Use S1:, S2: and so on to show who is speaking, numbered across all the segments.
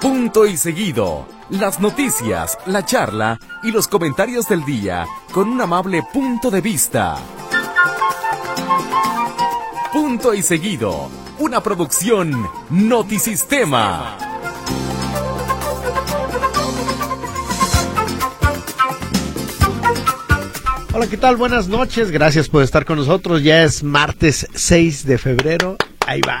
S1: Punto y seguido. Las noticias, la charla y los comentarios del día con un amable punto de vista. Punto y seguido. Una producción Notisistema.
S2: Hola, ¿qué tal? Buenas noches. Gracias por estar con nosotros. Ya es martes 6 de febrero. Ahí va.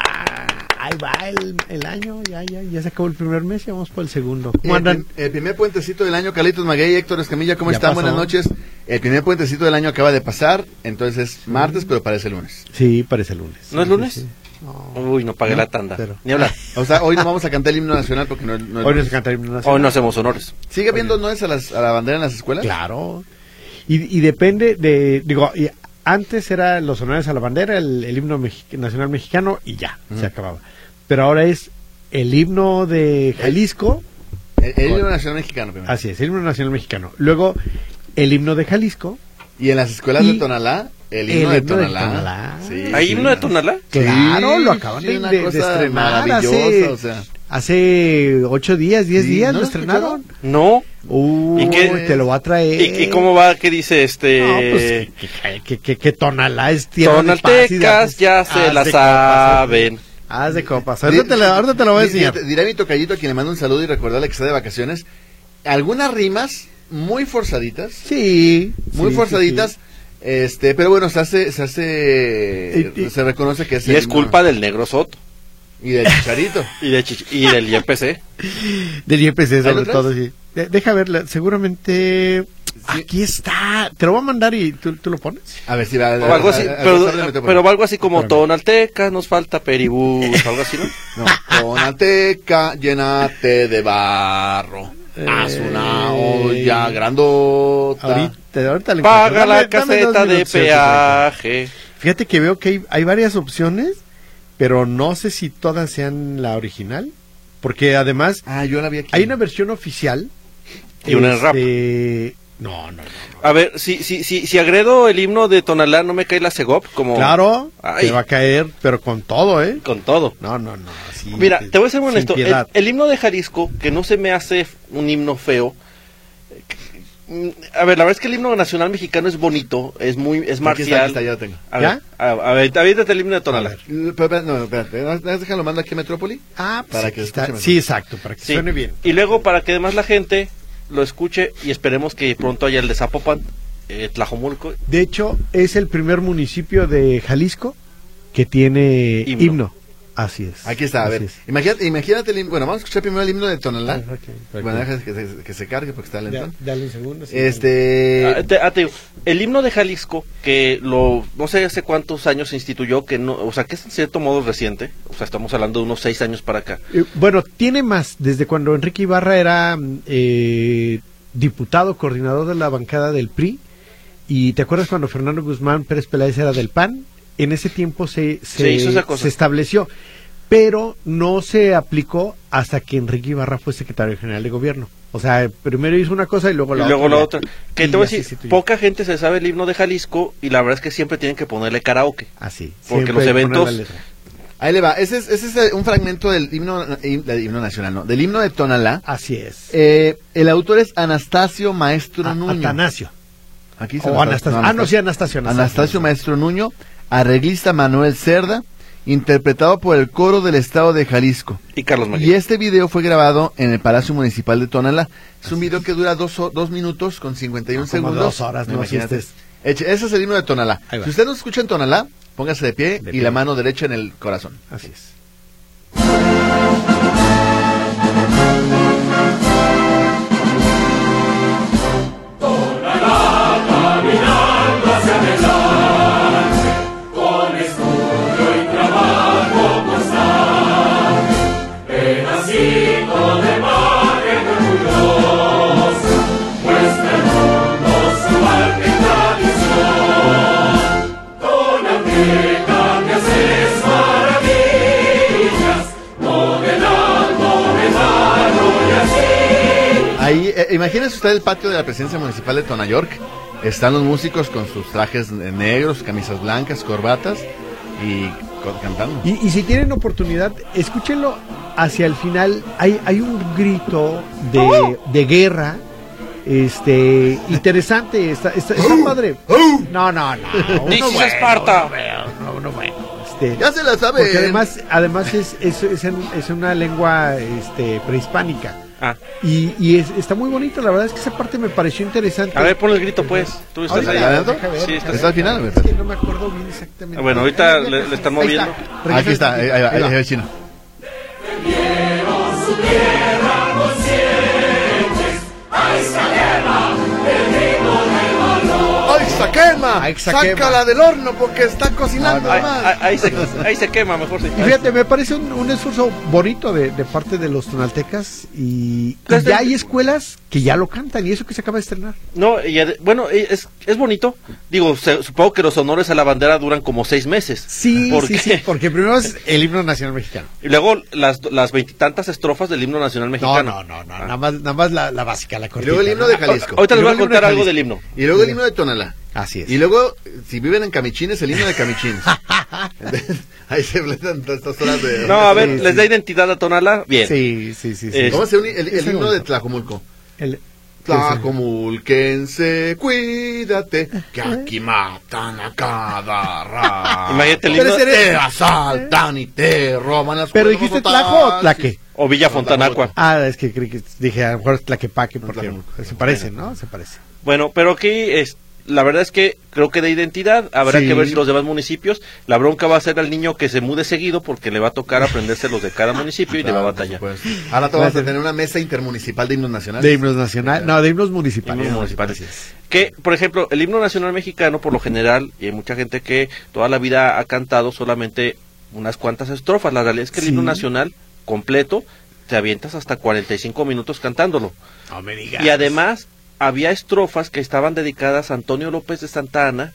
S2: Ahí va el, el año, ya, ya, ya se acabó el primer mes y vamos por el segundo. ¿Cómo
S3: Eh,
S4: El,
S2: andan?
S4: prim- Eh, el primer puentecito del año, Carlitos Maguey, Héctor Escamilla, ¿cómo
S2: Ya
S4: están?
S2: pasó.
S4: Buenas noches. El primer puentecito del año acaba de pasar, entonces es
S2: Mm.
S4: martes, pero parece lunes.
S2: Sí, parece lunes.
S3: ¿No es lunes?
S2: Sí, sí.
S3: Uy, no pagué la tanda.
S2: pero-
S3: Ni hablar.
S4: O sea, hoy no vamos a cantar el himno nacional porque no, no es
S2: Hoy
S4: lunes.
S2: nos canta el himno nacional.
S3: Hoy no hacemos honores.
S4: ¿Sigue habiendo noes a, las- a la bandera en las escuelas?
S2: Claro. Y, y depende de, digo, y antes era los honores a la bandera, el, el himno mexi- nacional mexicano y ya, se acababa. Pero ahora es el himno de Jalisco,
S4: El, el himno nacional mexicano primero.
S2: así es, el himno nacional mexicano. Luego el himno de Jalisco,
S4: Y en las escuelas
S2: Y-
S4: de Tonalá, el
S2: el
S4: himno de
S2: himno de
S4: Tonalá.
S2: Tonalá.
S3: ¿Hay himno de Tonalá?
S4: Sí,
S2: claro, lo acaban
S4: sí,
S2: de,
S4: una
S2: de- de
S4: cosa
S2: estrenar
S4: maravillosa,
S2: hace,
S4: o sea.
S2: hace ocho días, diez
S4: Sí,
S2: días
S4: ¿no
S2: lo
S4: lo
S2: estrenaron.
S3: No.
S2: Uy,
S3: ¿Y qué-
S2: te lo va a traer.
S3: ¿Y, y cómo va? ¿Qué dice
S2: Eh, No, pues
S4: eh?
S3: este?
S2: que, que, que, que, que Tonalá es tierra de paz y de
S3: Tonaltecas
S2: artes-
S3: ya se
S2: Haz
S3: la
S2: de copas,
S3: saben.
S2: Haz de copas.
S4: Di-
S2: Ahorita te, la, ahorita te la voy a
S4: di-
S2: enseñar.
S4: di- Dirá mi tocallito a quien le mando un saludo y recordarle que está de vacaciones. Algunas rimas muy forzaditas.
S2: Sí.
S4: muy
S2: sí,
S4: forzaditas.
S2: sí,
S4: Este, pero bueno, se hace, se hace,
S2: Y- y-
S4: se reconoce que es
S3: Y
S4: el
S3: es
S4: himno.
S3: culpa del negro Soto.
S4: y del chicharito.
S3: Y, de Chich- y del IPC.
S2: sí. Del IPC
S4: ¿Hay
S2: sobre
S4: otras?
S2: todo, sí. De- deja verla, seguramente... Aquí está. Te lo voy a mandar y tú, tú lo pones.
S4: A ver si va.
S3: O algo así.
S4: a- a- a-
S3: Pero,
S4: a- a- a-
S3: pero algo así como
S2: Espérame.
S3: Tonaltecas, nos falta Peribús, algo así, ¿no?
S4: No. Tonateca, llénate de barro. Haz una olla grandota.
S2: Ahorita, ahorita le
S3: Paga
S2: encuentro. Dame-
S3: la
S2: dame dos
S3: caseta de
S2: minutos, sí, sí, sí.
S3: peaje.
S2: Fíjate que veo que hay, hay varias opciones, pero no sé si todas sean la original, porque además
S4: Ah, yo la vi aquí.
S2: hay una versión oficial
S3: Y una en rap.
S2: este, No, no, no.
S3: A ver, si, si, si, si agredo el himno de Tonalá, ¿no me cae la Segop? Como...
S2: Claro,
S3: Oh. Ay.
S2: te va a caer, pero con todo, ¿eh?
S3: Con todo.
S2: No, no, no. así,
S3: Mira,
S2: eh,
S3: te voy a ser
S2: sin
S3: honesto. eh, El,
S2: piedad.
S3: el himno de Jalisco, que no se me hace un himno feo. mm, A ver, la verdad es que el himno nacional mexicano es bonito, es muy, es
S4: Aquí está,
S3: marcial.
S4: aquí está, ya la tengo.
S3: A
S2: ¿Ya?
S3: ver, a, a ver, aviéntate el himno de Tonalá.
S2: A ver.
S4: Pero, espera, no, espérate, nada más déjalo mando aquí a Metrópoli.
S2: Ah, pues
S4: para
S2: aquí
S4: que
S2: está.
S4: escuche mejor.
S2: Sí, exacto, para que
S3: Sí.
S2: suene bien.
S3: Y luego para que además la gente lo escuche y esperemos que pronto haya el de Zapopan, eh, Tlajomulco.
S2: De hecho, es el primer municipio de Jalisco que tiene himno.
S3: Himno.
S2: Así es.
S4: Aquí está, a
S2: así
S4: ver.
S2: es.
S4: Imagínate, imagínate el himno. Bueno, vamos a escuchar primero el himno de Tonalá.
S2: Ah, ok.
S4: Bueno, deja que se, que se cargue porque está lento.
S2: dale un segundo. sí.
S4: Este.
S2: Eh,
S3: Ah, te- ah, te digo, el himno de Jalisco, que lo, no sé hace cuántos años se instituyó, que no, o sea, que es en cierto modo reciente, o sea, estamos hablando de unos seis años para acá.
S2: Eh, Bueno, tiene más. Desde cuando Enrique Ibarra era mm, eh, diputado, coordinador de la bancada del PRI, y te acuerdas cuando Fernando Guzmán Pérez Peláez era del PAN, en ese tiempo se, se,
S3: Se hizo esa cosa.
S2: se estableció, pero no se aplicó hasta que Enrique Ibarra fue secretario general de gobierno. O sea, primero hizo una cosa y luego la
S3: y luego
S2: otra.
S3: la otra. Que
S2: Y
S3: te voy a
S2: así
S3: decir,
S2: se tuyo.
S3: poca gente se sabe el himno de Jalisco y la verdad es que siempre tienen que ponerle karaoke.
S2: Así.
S3: porque
S2: siempre
S3: los
S2: hay que poner
S3: eventos-
S2: la letra.
S4: Ahí le va. Ese es, ese es eh, un fragmento del himno, eh, del himno nacional, ¿no? Del himno de Tonalá.
S2: Así es.
S4: Eh, el autor es Anastasio Maestro
S2: A-
S4: Nuño.
S2: Ah, Atanasio.
S4: Aquí
S2: O Anastasio. Ah, no, sí, Anastasio.
S4: Anastasio, Maestro Nuño, arreglista Manuel Cerda, interpretado por el coro del Estado de Jalisco.
S3: Y Carlos Maguey.
S4: Y este video fue grabado en el Palacio Municipal de Tonalá. Es un video que dura dos, ho- dos minutos con 51
S2: Ah, como
S4: segundos.
S2: dos horas, no, si
S4: Imagínate.
S2: este
S4: Eche- ese es el himno de Tonalá.
S2: Ahí va.
S4: Si usted nos escucha en Tonalá, póngase de pie y
S2: De pie.
S4: la mano derecha en el corazón.
S2: Así es.
S4: Ahí, eh, imagínese usted el patio de la presidencia municipal de Tonayork. Están los músicos con sus trajes eh, negros, camisas blancas, corbatas y co- cantando.
S2: Y, y si tienen oportunidad, escúchenlo hacia el final hay, hay un grito
S4: ¡Oh!
S2: de, de guerra. Este, interesante, está, está, está
S4: ¡Oh!
S2: padre. No, no, no. uno
S3: This is
S2: bueno,
S3: Esparta.
S2: uno bueno, uno bueno, este,
S4: Ya se la sabe.
S2: porque además, además es, es, es en- es una lengua este, prehispánica.
S3: Ah,
S2: Y, y es- está muy bonito, la verdad es que esa parte me pareció interesante.
S3: a ver, pon el grito, pues. Tú estás
S2: Ahorita,
S3: ahí.
S4: adelante?
S2: deja ver,
S3: Sí,
S2: deja
S3: está-
S2: ver.
S4: está al final,
S2: Es que no me acuerdo bien exactamente.
S3: Ah, bueno, ahorita le- le están
S2: Ahí está.
S3: moviendo.
S2: Regresa
S4: Aquí está, ahí,
S2: tantito.
S4: ahí va, ahí
S2: Ahí
S4: va
S2: va.
S4: el chino. ¡Ay, se quema!
S2: Ay, se quema. Sácala
S4: del horno porque está cocinando
S3: Ahí, ahí- ahí se, ahí se quema, mejor sí.
S2: pues. Y fíjate, me parece un, un esfuerzo bonito de, de parte de los tonaltecas y, y
S3: Desde-
S2: ya hay escuelas que ya lo cantan y eso que se acaba de estrenar.
S3: No, y ade- bueno, eh, es, es bonito. Digo, se- supongo que los honores a la bandera duran como seis meses.
S2: Sí,
S3: Porque-
S2: sí, sí, porque primero es el himno nacional mexicano.
S3: Y luego las las veintitantas estrofas del himno nacional
S2: No,
S3: mexicano.
S2: no, no, no, nada más, nada más la, la básica, la
S4: Y
S2: cortita.
S4: luego el himno
S2: ¿no?
S4: de Jalisco.
S3: Ahorita
S4: Y
S3: les voy
S4: luego
S3: a
S4: el himno de
S3: contar algo
S4: Jalisco.
S3: del himno.
S4: Y luego el himno de Tonalá.
S2: Así es.
S4: Y luego, si viven en Camichines, el himno de Camichines. Entonces, Ahí se bletan todas estas horas de...
S3: No, a ver,
S2: Sí,
S3: les
S2: sí.
S3: da identidad a Tonala. Bien.
S2: Sí, sí, sí. sí.
S3: Eh,
S4: ¿Cómo se une el, el
S2: Ese
S4: himno
S2: bonito.
S4: de Tlajomulco?
S2: Este, El-
S4: Tlacomulquense, cuídate, que aquí matan a cada rato.
S3: Imagínate el
S2: himno-
S4: Te asaltan y te roban las
S2: Pero
S4: cosas,
S2: dijiste
S4: los taxis.
S2: Tlajo o Tlaque.
S3: O Villa
S4: No,
S3: Fontanacua.
S4: Tlajomulco.
S2: Ah, es que creí que dije, a lo mejor es Tlaquepaque, porque
S4: Tlaquepaque.
S2: se parecen, ¿no? Se parecen.
S3: Bueno, pero aquí es, la verdad es que creo que de identidad habrá
S2: Sí.
S3: que ver si los demás municipios. La bronca va a ser al niño que se mude seguido porque le va a tocar aprenderse los de cada municipio y le va a
S4: Claro,
S3: batallar.
S4: por supuesto. Pues, Ahora todos vamos a tener una mesa intermunicipal de himnos nacionales.
S2: De himnos nacional, no, de himnos municipales.
S3: Himnos municipales. Que, por ejemplo, el himno nacional mexicano, por lo general, y hay mucha gente que toda la vida ha cantado solamente unas cuantas estrofas. La realidad es que el
S2: Sí.
S3: himno nacional completo te avientas hasta 45 minutos cantándolo. Y además había estrofas que estaban dedicadas a Antonio López de Santa Ana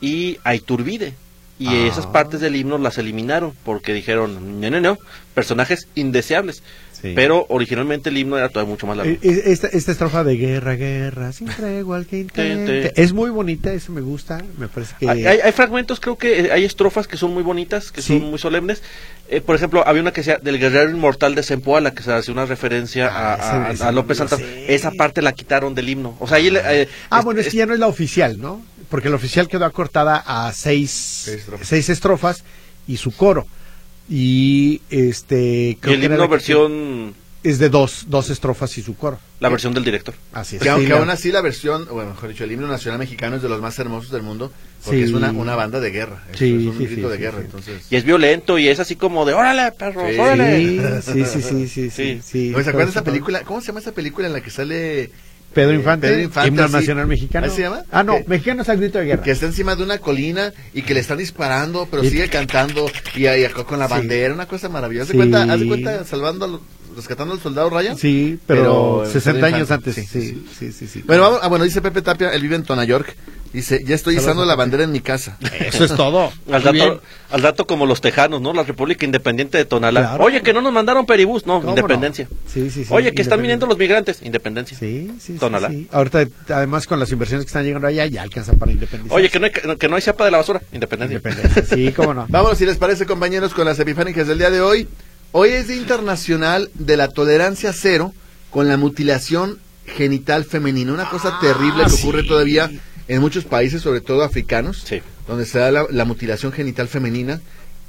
S3: y a Iturbide. Y
S2: Ah.
S3: esas partes del himno las eliminaron porque dijeron, no, no, no, personajes indeseables.
S2: Sí.
S3: Pero originalmente el himno era todavía mucho más largo.
S2: Eh, eh, Esta, esta estrofa de guerra, guerra, sin tregua al que intente.
S3: Tente.
S2: Es muy bonita, eso me gusta, me parece que...
S3: Hay, hay- hay fragmentos, creo que eh, hay estrofas que son muy bonitas, que
S2: Sí.
S3: son muy solemnes. Eh, por ejemplo, había una que sea del guerrero inmortal de Zempoala, que se hacía una referencia a-
S2: Ah, ese-
S3: a,
S2: ese
S3: a
S2: no
S3: López
S2: lo
S3: Santa.
S2: sé.
S3: Esa parte la quitaron del himno. O sea, ahí le- eh,
S2: ah,
S3: es-
S2: bueno, es
S3: es-
S2: que ya no es la oficial, ¿no? Porque la oficial quedó acortada a seis,
S4: Seis estrofas.
S2: seis estrofas y su coro. Y este...
S3: y el
S2: era
S3: himno
S2: la que-
S3: versión,
S2: Es de dos, dos estrofas y su coro.
S3: la versión del director.
S2: Así es.
S4: Que, aun-
S2: Sí,
S4: que
S2: la-
S4: aún así la versión, o bueno, mejor dicho, el himno nacional mexicano es de los más hermosos del mundo, porque
S2: Sí.
S4: es una, una banda de guerra, es,
S2: Sí,
S4: es un
S2: sí,
S4: grito
S2: sí,
S4: de
S2: sí,
S4: guerra,
S2: sí.
S4: entonces...
S3: Y es violento y es así como de, órale, perros,
S4: Sí.
S3: órale.
S2: Sí, sí, sí, sí, sí, sí,
S3: Sí.
S2: sí.
S4: Oye, ¿Se acuerdan de esa
S2: Todo eso,
S4: película? ¿Cómo se llama esa película en la que sale
S2: Pedro
S4: eh,
S2: Infante,
S4: Pedro Infante,
S2: himno
S4: sí.
S2: nacional mexicano.
S4: ¿Así se llama?
S2: Ah, no,
S4: Que-
S2: mexicano es el grito de guerra.
S4: que está encima de una colina y que le están disparando, pero
S2: Y-
S4: sigue cantando y ahí acá con la
S2: Sí.
S4: bandera, una cosa maravillosa. ¿Haz de
S2: Sí.
S4: cuenta, haz de cuenta salvando, al- rescatando al soldado Ryan?
S2: Sí, pero,
S4: Pero, eh,
S2: 60
S4: Pedro
S2: años
S4: Infante,
S2: antes. Sí,
S4: sí,
S2: sí, sí, sí.
S4: Bueno, vamos, ah, bueno, dice Pepe Tapia, él vive en Tona York. Dice, ya estoy izando la bandera en mi casa.
S2: Eso es todo.
S3: Al
S2: Muy bien.
S3: dato, al dato como los tejanos, ¿no? La República Independiente de Tonalá.
S2: Claro.
S3: Oye, que no nos mandaron peribús, no,
S2: ¿Cómo
S3: independencia.
S2: no? Sí, sí, sí,
S3: Oye, que
S2: independencia.
S3: están viniendo los migrantes, independencia.
S2: Sí, sí, sí,
S3: Tonalá.
S2: sí. Ahorita, además, con las inversiones que están llegando allá, ya alcanza para independencia.
S3: Oye, que no, hay, ca- que no hay chapa de la basura, independencia.
S2: independencia. Sí, cómo no.
S4: Vámonos, si les parece, compañeros, con las epifánicas del día de hoy. Hoy es Día Internacional de la Tolerancia Cero con la mutilación genital femenina. Una
S3: Ah,
S4: cosa terrible que
S2: sí.
S4: ocurre todavía en muchos países, sobre todo africanos,
S3: Sí.
S4: donde se da la, la mutilación genital femenina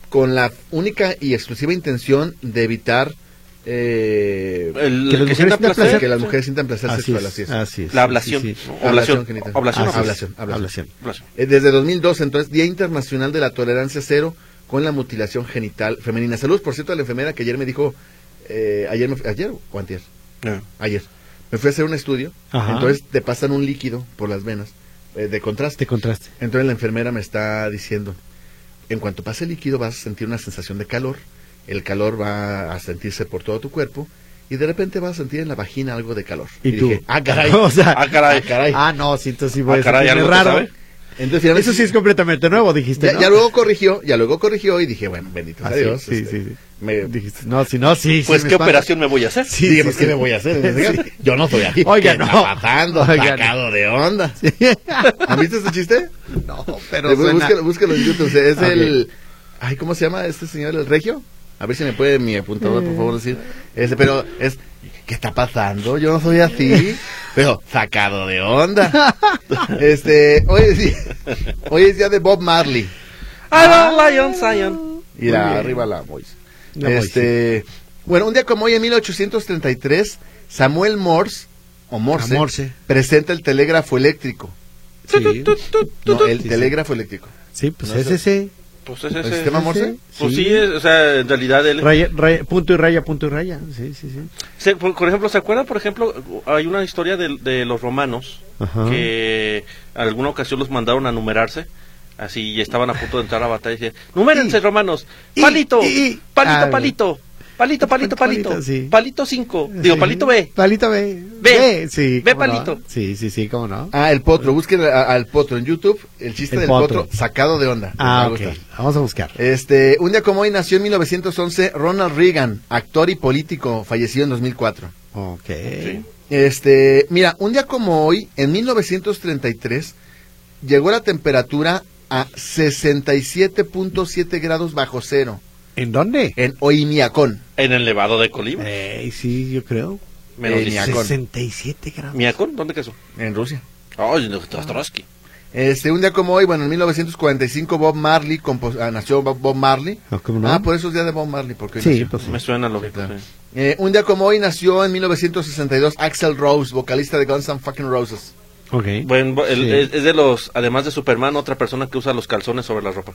S4: con la única y exclusiva intención de evitar eh,
S3: El
S2: Que las
S3: que
S2: mujeres
S3: sienta
S2: tengan
S3: placer,
S4: que las mujeres sientan placer
S2: Así
S4: sexual.
S2: es,
S4: Así es.
S2: así es.
S3: la ablación,
S2: Sí, Ah, sí.
S3: ¿no? ablación,
S4: Ablación genital.
S3: ablación,
S2: Así
S3: o
S2: es.
S4: ablación, ablación.
S3: ablación.
S4: Eh, Desde 2012, entonces, Día Internacional de la Tolerancia Cero con la mutilación genital femenina. Saludos, por cierto, a la enfermera que ayer me dijo, eh, ayer, me, ayer o antier,
S3: Eh.
S4: ayer, me fui a hacer un estudio,
S2: Ajá.
S4: entonces te pasan un líquido por las venas eh, de contraste.
S2: Este contraste.
S4: Entonces la enfermera me está diciendo, en cuanto pase el líquido vas a sentir una sensación de calor, el calor va a sentirse por todo tu cuerpo y de repente vas a sentir en la vagina algo de calor.
S2: Y tú.
S4: dije, ah, caray.
S2: O sea,
S3: Ah, caray.
S4: Ah, caray.
S2: Ah, no, sí, entonces sí, voy
S3: Ah, caray, algo te
S2: raro.
S3: sabe.
S4: Entonces, finalmente-
S2: Eso sí es completamente nuevo, dijiste.
S4: ya,
S2: Este, ¿no?
S4: ya luego corrigió, ya luego corrigió y dije, bueno, bendito sea
S2: Así,
S4: Dios.
S2: sí,
S4: este,
S2: sí, sí.
S4: me-
S2: Dijiste, no, si no, sí. sí
S3: Pues,
S2: me
S3: ¿qué
S2: espanta.
S3: operación me voy a hacer?
S2: Sí,
S4: dije,
S2: sí,
S4: pues,
S2: sí.
S4: ¿qué me voy a hacer?
S2: Sí.
S4: Yo no estoy aquí.
S2: Oiga,
S4: ¿Qué
S2: no.
S4: Está pasando,
S2: Oiga,
S4: sacado de onda. ¿Han visto este chiste?
S2: No,
S4: Eh,
S2: pero
S4: bú-
S2: suena...
S4: búsquelo, búsquelo en YouTube. Es
S2: Ok.
S4: el... Ay, ¿cómo se llama este señor? ¿El regio? A ver si me puede mi apuntador, por favor, decir. Este, pero es. ¿Qué está pasando? Yo no soy así. Pero sacado de onda. Este. Hoy es día, hoy es día de Bob Marley.
S3: I don't Ah, lion, Zion.
S4: Y la- arriba la voice. este, Bueno, un día como hoy, en 1833, Samuel Morse, o Morse,
S2: A Morse.
S4: presenta el telégrafo eléctrico.
S2: Sí,
S4: No, el
S2: Sí, sí.
S4: telégrafo eléctrico.
S2: Sí, pues
S4: No
S2: es
S4: sé.
S2: ese.
S3: Pues es
S4: ¿El
S3: ese.
S4: sistema Morse?
S2: ese.
S3: Pues
S2: Sí.
S3: sí, es- o sea, en realidad él.
S2: Raya- raya- punto y raya, punto y raya. Sí, sí, sí.
S3: Se- por, por ejemplo, ¿se acuerdan? Por ejemplo, hay una historia de, de los romanos
S2: Ajá.
S3: que alguna ocasión los mandaron a numerarse. Así y estaban a punto de entrar a la batalla y decían, numérense
S2: Y-
S3: romanos,
S2: y-
S3: palito,
S2: y-
S3: palito,
S2: ah,
S3: palito, palito, palito,
S2: Palito,
S3: palito,
S2: sí.
S3: palito 5, digo,
S2: Sí.
S3: palito B,
S2: Palito B.
S3: Ve.
S2: sí.
S3: Ve,
S2: cómo no.
S3: palito. pues,
S2: Sí, sí, sí, cómo no.
S4: Ah, el potro. Busquen a- al potro en YouTube. El chiste
S2: El
S4: del
S2: potro.
S4: potro. sacado de onda.
S2: Ah,
S4: Me va a
S2: ok.
S4: gustar.
S2: Vamos a buscar.
S4: Este, un día como hoy nació en 1911 Ronald Reagan, actor y político, fallecido en 2004.
S2: Ok.
S4: Este, mira, un día como hoy, en 1933, llegó la temperatura a 67.7 grados bajo cero
S2: ¿En dónde?
S4: en Oimiacón.
S3: en el Nevado de Colima,
S2: Eh, sí, yo creo.
S3: menos
S4: eh,
S3: dieciséis.
S4: Miacón.
S2: 67 grados.
S3: ¿Miacón? ¿Dónde quedó?
S4: En Rusia.
S3: Ay, no, Tostrosky.
S4: Este, un día como hoy, bueno, en 1945 Bob Marley, compos- ah, nació Bob Bob Marley.
S2: Ah, ¿cómo no?
S4: Ah, por eso es día de Bob Marley, porque hoy
S2: Sí,
S4: nació.
S2: pues sí.
S3: Me suena lo que.
S4: Claro. Eh, un día como hoy nació en 1962 Axel Rose, vocalista de Guns N' Fucking Roses.
S2: Ok.
S3: Bueno, el-
S2: Sí.
S3: es, es de los, además de Superman, otra persona que usa los calzones sobre la ropa.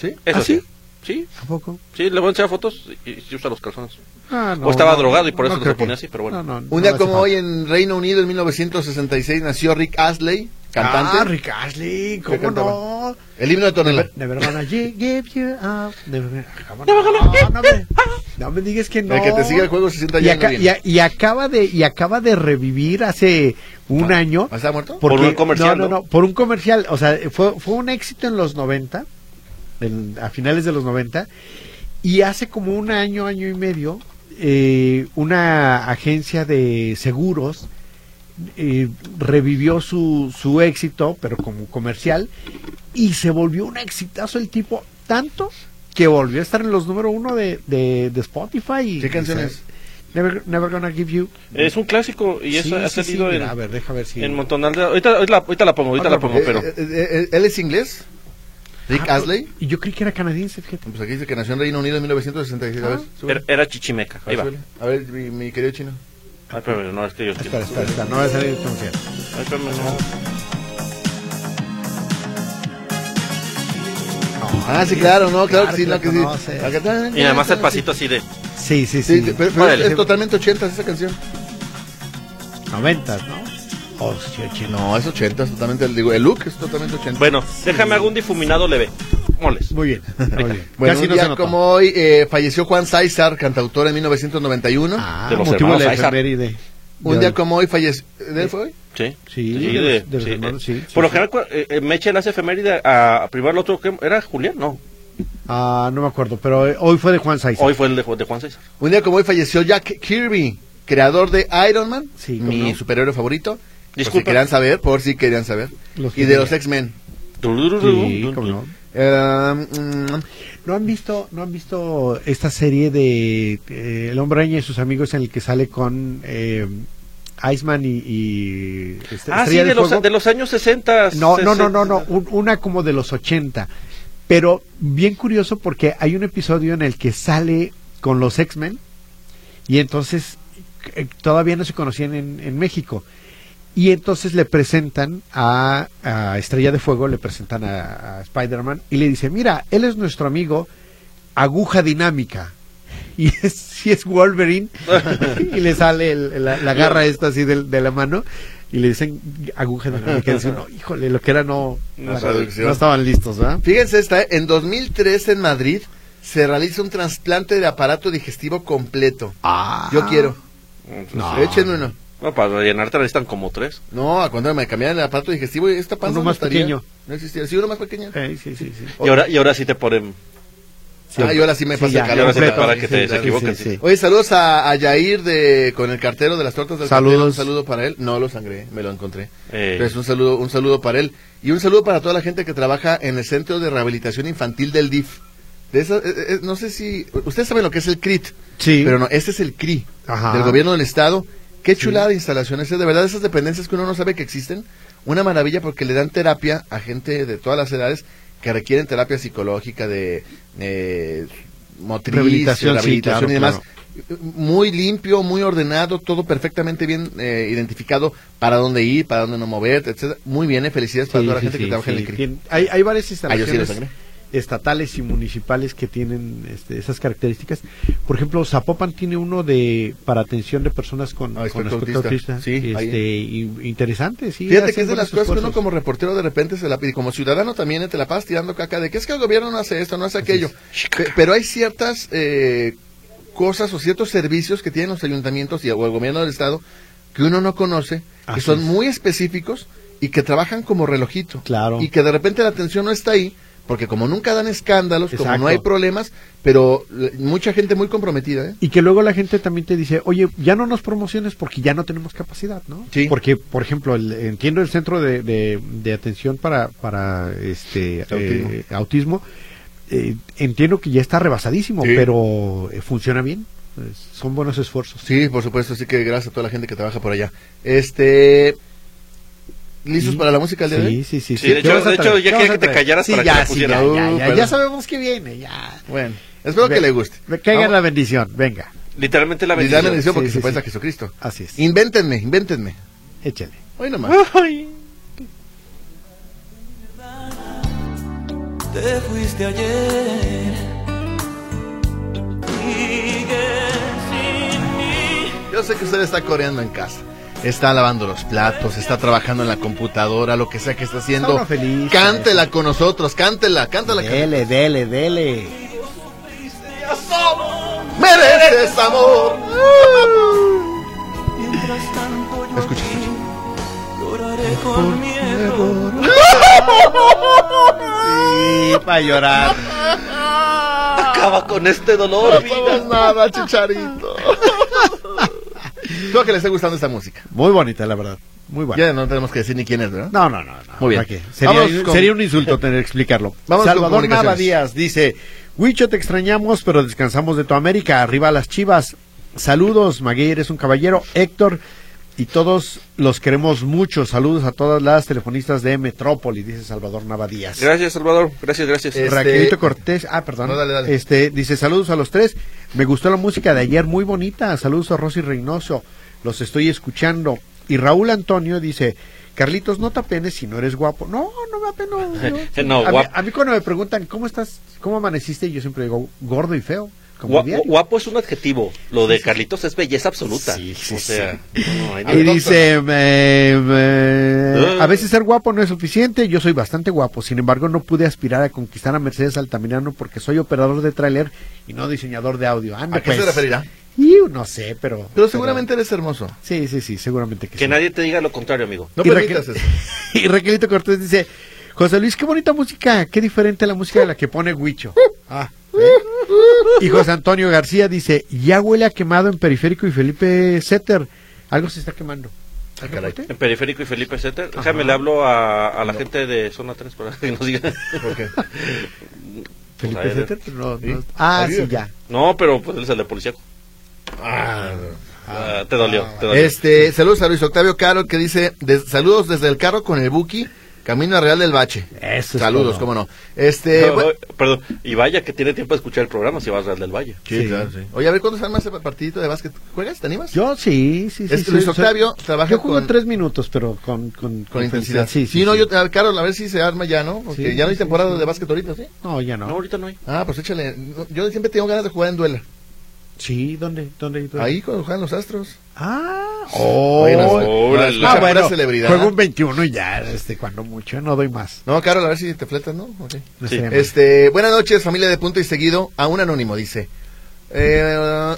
S4: ¿Sí?
S3: Eso
S2: ¿Ah, sí?
S3: Sí,
S2: ¿A poco?
S3: sí, le voy a enseñar fotos y, y sí usa los calzones.
S2: Ah,
S3: O estaba drogado y por eso se
S2: creo
S3: ponía
S2: que-
S3: así, pero bueno.
S2: No, no,
S4: Un
S2: no
S4: día
S2: hace
S4: como
S2: falta.
S4: hoy en Reino Unido en 1966 nació Rick Astley, cantante.
S2: Ah, Rick Astley,
S4: que
S2: ¿cómo
S4: cantaba.
S2: no?
S4: El himno de Tonelá.
S2: Never gonna gi- give you up. Never gonna- ¿cómo no? No, no me, no me digas que no.
S4: El que te sigue el juego se sienta
S2: y,
S4: ya
S2: aca- y a- y acaba de y acaba de revivir hace un
S4: Ah,
S2: año
S4: ¿Está muerto?
S3: Por un comercial,
S2: no, no,
S3: ¿no?
S2: no, por un comercial o sea fue, fue un éxito en los 90 en- a finales de los 90 y hace como un año año y medio eh, una agencia de seguros eh, revivió su, su éxito pero como comercial y se volvió un exitazo el tipo tanto que volvió a estar en los número uno de, de, de Spotify y-
S4: ¿Qué canciones?
S2: y se- Never, never gonna give you.
S3: Es un clásico y eso
S2: Sí,
S3: ha
S2: sí, sí, Ah,
S3: salido
S2: mira,
S3: en,
S2: a ver, deja ver si.
S3: en montonal de... Ahorita, ahorita la, ahorita la pongo, ahorita la pongo,
S4: Eh,
S3: pero...
S4: eh, eh, ¿Él es inglés? Rick
S2: Ah,
S4: Astley.
S2: Y yo creí que era canadiense, fíjate.
S4: Pues aquí dice que nació en Reino Unido en 1966. A ver, sube.
S3: Era, era chichimeca, Ah, ahí va.
S4: Súbele. A ver, mi, mi querido chino.
S3: Ay, espérame, no, es que yo...
S2: Espera, espera, espera, no va a salir el comercial.
S3: Ay, espérame, no.
S4: Ah, sí, claro, no, claro, que sí, no, que sí.
S2: conoces.
S3: Y además el pasito así de...
S2: Sí, sí,
S4: Sí,
S2: sí.
S4: pero, pero
S3: Órale.
S4: es totalmente 80 esa canción.
S2: 90, ¿no? Hostia, chino.
S4: No, es 80, es totalmente, digo, el look es totalmente 80.
S3: Bueno, déjame algún difuminado leve. Moles.
S2: Muy bien, muy bien.
S4: Bueno,
S2: Casi
S4: un
S2: no se
S4: día
S2: notó.
S4: como hoy eh, falleció Juan César, cantautor en 1991.
S2: Ah,
S3: De los
S2: motivo de la
S3: hermanos Aizar.
S2: efeméride.
S4: un
S2: De
S4: día
S2: hoy.
S4: como hoy falleció. ¿De él fue hoy?
S3: Sí,
S2: Sí,
S3: Sí,
S2: de
S3: de-
S2: los- de los
S3: sí,
S2: hermanos,
S3: eh.
S2: sí, sí,
S3: Por lo
S2: sí.
S3: general, cua- eh, eh, Meche le hace efeméride a, a primero el otro que era Julián, no.
S2: Ah, no me acuerdo, pero eh, hoy fue de Juan Saiz.
S3: Hoy fue el de, Ju- de Juan César.
S4: Un día como hoy falleció Jack Kirby, creador de Iron Man,
S2: Sí, cómo
S4: mi
S2: no.
S4: superhéroe favorito. Por si
S3: Disculpa.
S4: querían saber, por si querían saber.
S2: Los
S4: y de
S2: quería.
S4: los X-Men.
S2: Sí, cómo no.
S4: Eh, mm,
S2: ¿No han visto, no han visto esta serie de eh, El Hombre Araña y sus amigos en el que sale con eh, Iceman y, y este-
S3: Ah, sí,
S2: Estrella
S3: de, los,
S2: Fuego?
S3: de los años 60.
S2: No, no, no,
S3: 60.
S2: no, no, un- una como de los 80. Pero bien curioso porque hay un episodio en el que sale con los X-Men y entonces eh, todavía no se conocían en, en México. Y entonces le presentan a, a Estrella de Fuego, le presentan a, a Spider-Man y le dice, mira, él es nuestro amigo Aguja Dinámica. Y es, si es Wolverine, y le sale el- la, la garra esta así del- de, la mano, y le dicen aguja dinámica. Y dicen, no, híjole, lo que era no,
S4: No
S2: no,
S4: traducción.
S2: estaban listos, ¿verdad?
S4: fíjense esta, eh, en 2003 en Madrid se realiza un trasplante de aparato digestivo completo. Yo quiero.
S2: Ah. No.
S4: Échenme uno.
S3: No, para rellenarte necesitan como tres.
S4: No, a cuando me cambiaron el aparato digestivo, esta panza
S2: Uno
S4: no
S2: más
S4: estaría.
S2: pequeño.
S4: No existía. Sí, uno más pequeño.
S2: Eh, sí, sí, sí.
S3: Y ahora, y ahora sí te ponen.
S4: ah, yo ahora sí me
S2: Sí,
S4: pasa
S2: ya,
S4: el
S3: y ahora
S4: calor.
S3: sí te
S2: completo.
S3: para que te
S2: Sí,
S3: desequivoques.
S2: sí, sí, sí.
S4: Oye, saludos a, a Yair de, con el cartero de las tortas del
S2: Saludos.
S4: cartero, Un saludo para él. No lo sangré, me lo encontré.
S3: Eh.
S4: Entonces, un saludo, un saludo para él. Y un saludo para toda la gente que trabaja en el Centro de Rehabilitación Infantil del DIF. De eso, no sé si. Ustedes saben lo que es el CRIT.
S2: Sí.
S4: Pero no, este es el CRI.
S2: Ajá.
S4: Del gobierno del Estado. Qué chulada de instalaciones. es De verdad, esas dependencias que uno no sabe que existen. Una maravilla porque le dan terapia a gente de todas las edades que requieren terapia psicológica, de eh, motriz,
S2: Rehabilitación, sí,
S4: rehabilitación y
S2: claro,
S4: demás. Muy limpio, muy ordenado, todo perfectamente bien eh, identificado para dónde ir, para dónde no mover, etcétera. Muy bien, eh, felicidades para
S2: Sí,
S4: toda la
S2: sí,
S4: gente
S2: sí,
S4: que trabaja en
S2: sí.
S4: el CRI.
S2: Tien- hay, hay varias
S4: Ah, yo sí lo
S2: instalaciones
S4: sangré.
S2: estatales y municipales que tienen este, esas características. Por ejemplo, Zapopan tiene uno de para atención de personas con,
S4: Ah,
S2: con
S4: espectro autista. Sí,
S2: este, y- interesante, sí.
S4: Fíjate
S2: hacen
S4: que es de
S2: buenos
S4: las cosas que uno
S2: esfuerzos.
S4: como reportero de repente se la y como ciudadano también eh, te la pasas tirando caca de que es que el gobierno no hace esto, no hace aquello. Pe- Pero hay ciertas eh, cosas o ciertos servicios que tienen los ayuntamientos y, o el gobierno del estado que uno no conoce,
S2: Así
S4: que son
S2: es.
S4: muy específicos y que trabajan como relojito.
S2: Claro.
S4: Y que de repente la atención no está ahí, porque como nunca dan escándalos, como
S2: Exacto.
S4: no hay problemas, pero eh, mucha gente muy comprometida, ¿eh?
S2: Y que luego la gente también te dice, oye, ya no nos promociones porque ya no tenemos capacidad, ¿no?
S4: Sí.
S2: Porque, por ejemplo, el- entiendo el centro de, de- de atención para, para este
S4: Autismo.
S2: eh, autismo, eh, entiendo que ya está rebasadísimo,
S4: Sí.
S2: pero eh, funciona bien. Es- son buenos esfuerzos.
S4: Sí, por supuesto, así que gracias a toda la gente que trabaja por allá. Este. ¿Listos
S2: Sí.
S4: para la música del día de hoy?
S2: Sí, sí, sí.
S3: Sí, de
S2: ¿Qué
S3: hecho-
S2: vas a
S3: de hecho,
S2: traer?
S3: ya
S2: ¿Qué
S3: quería
S2: vas a
S3: que te
S2: traer?
S3: callaras
S2: Sí,
S3: para que
S2: ya,
S3: la
S2: sí,
S3: pusieran.
S2: ya,
S4: Uh,
S2: ya, ya,
S4: perdón.
S2: ya sabemos que viene, ya.
S4: Bueno, espero que
S2: Ve-
S4: le guste.
S2: ve- Que haga
S4: Vamos.
S2: la bendición, venga,
S3: Literalmente la
S4: Les da la
S3: bendición.
S4: bendición porque
S2: Sí,
S4: se
S2: sí,
S4: parece
S2: sí.
S4: a Jesucristo.
S2: así es.
S4: Invéntenme, invéntenme.
S2: Échale.
S4: Hoy nomás.
S2: Ah.
S3: Ay.
S5: Te fuiste ayer. Sigues sin mí.
S4: Yo sé que usted está coreando en casa. Está lavando los platos, está trabajando en la computadora, lo que sea que está haciendo.
S2: Estaba feliz.
S4: cántela con nosotros, cántela, cántala. cántala.
S2: Dele, dele, dele.
S4: Mereces amor.
S5: Mientras tanto yo
S4: Escucha,
S5: aquí lloraré con miedo.
S2: Sí, para llorar.
S3: Acaba con este dolor,
S4: No somos nada, chicharito. Creo que le esté gustando esta música.
S2: Muy bonita, la verdad. Muy buena.
S4: Ya no tenemos que decir ni quién es, ¿verdad?
S2: No, no, no. no.
S4: Muy bien.
S2: ¿para qué? Sería,
S4: Vamos con-
S2: sería un insulto tener que explicarlo.
S4: Vamos con
S2: Salvador
S4: comunicaciones.
S2: Nava Díaz dice: Huicho, te extrañamos, pero descansamos de tu América. Arriba las chivas. Saludos, Maguey, eres un caballero. Héctor. Y todos los queremos mucho. Saludos a todas las telefonistas de Metrópoli, dice Salvador Nava Díaz.
S3: Gracias, Salvador. Gracias, gracias.
S4: Eh, Este-
S2: Raquelito Cortés, ah, perdón.
S4: No, dale, dale.
S2: Este, dice, saludos a los tres. Me gustó la música de ayer, muy bonita. Saludos a Rosy Reynoso. Los estoy escuchando. Y Raúl Antonio dice, Carlitos, no te apenes si no eres guapo. No, no me apeno. yo-
S3: No,
S2: a, mí,
S3: guapo.
S2: a mí cuando me preguntan, ¿cómo estás? ¿Cómo amaneciste? Yo siempre digo, gordo y feo. Como
S3: Gua-
S2: diario".
S3: guapo es un adjetivo. Lo de Carlitos es belleza absoluta.
S2: Sí, sí,
S3: o sea, no, hay
S2: Y
S3: nada.
S2: dice, me- me-
S3: Eh.
S2: a veces ser guapo no es suficiente, yo soy bastante guapo, sin embargo no pude aspirar a conquistar a Mercedes Altamirano porque soy operador de tráiler y no diseñador de audio. Anda,
S4: ¿A qué se
S2: pues.
S4: referirá?
S2: Iu, no sé, pero...
S4: Pero seguramente eres hermoso.
S2: Sí, sí, sí, seguramente que,
S3: que
S2: sí.
S3: nadie te diga lo contrario, amigo.
S4: No
S2: Y Raquel-
S4: permitas eso.
S2: y Raquelito Cortés dice, José Luis, qué bonita música, qué diferente a la música de la que pone Huicho. Ah, ¿eh? Y José Antonio García dice, ya huele a quemado en Periférico y Felipe Setter. Algo se está quemando.
S4: Ah, caray.
S2: ¿Reporte?
S3: En Periférico y Felipe Setter. Déjame le hablo a, a la gente de Zona 3 para que nos digan.
S4: ¿Por qué?
S2: Felipe
S3: Pues, a ver.
S2: Zetter, pero no-
S4: Sí.
S2: no- Ah,
S4: Ahí
S2: sí,
S4: vive.
S2: ya.
S3: No, pero pues él es el de policía.
S4: Ah,
S3: Ah, te dolió, te dolió.
S4: Este, saludos a Luis Octavio Caro que dice, de- saludos desde el carro con el Buki, camino a Real del Bache.
S2: Eso es
S4: saludos,
S2: todo.
S4: cómo no. Este,
S3: No,
S4: bueno,
S3: perdón. Y vaya que tiene tiempo de escuchar el programa si vas al del Valle.
S4: sí,
S2: sí.
S4: claro, sí. Oye, a ver cuándo se arma ese partidito de básquet. ¿Juegas? ¿Te animas?
S2: Yo sí, sí, sí.
S4: Este
S2: soy-
S4: Luis
S2: soy-
S4: Octavio trabaja
S2: Yo juego
S4: con-
S2: tres minutos, pero con, con,
S4: Con intensidad.
S2: Sí, sí,
S4: no,
S2: sí.
S4: yo, a ver, Carol, a ver si se arma ya, ¿no? Porque
S2: Sí,
S4: ya no hay
S2: sí,
S4: temporada
S2: sí.
S4: de básquet ahorita, ¿sí?
S2: No, ya no.
S3: No, ahorita no hay.
S4: Ah, pues échale. No, Yo siempre tengo ganas de jugar en duela.
S2: Sí, ¿dónde? ¿Dónde? dónde?
S4: Ahí cuando juegan los astros.
S2: Ah, oh.
S4: Oye, no,
S3: órale.
S4: no, escucha
S2: ah,
S4: pura
S2: bueno,
S4: celebridad.
S2: juego un 21 y ya, este, cuando mucho, no doy más.
S4: No, Carol, a ver si te fletas, ¿no? Ok.
S2: No
S3: Sí,
S2: estaría mal.
S4: Este, buenas noches, familia de Punto y Seguido. A un anónimo dice: eh,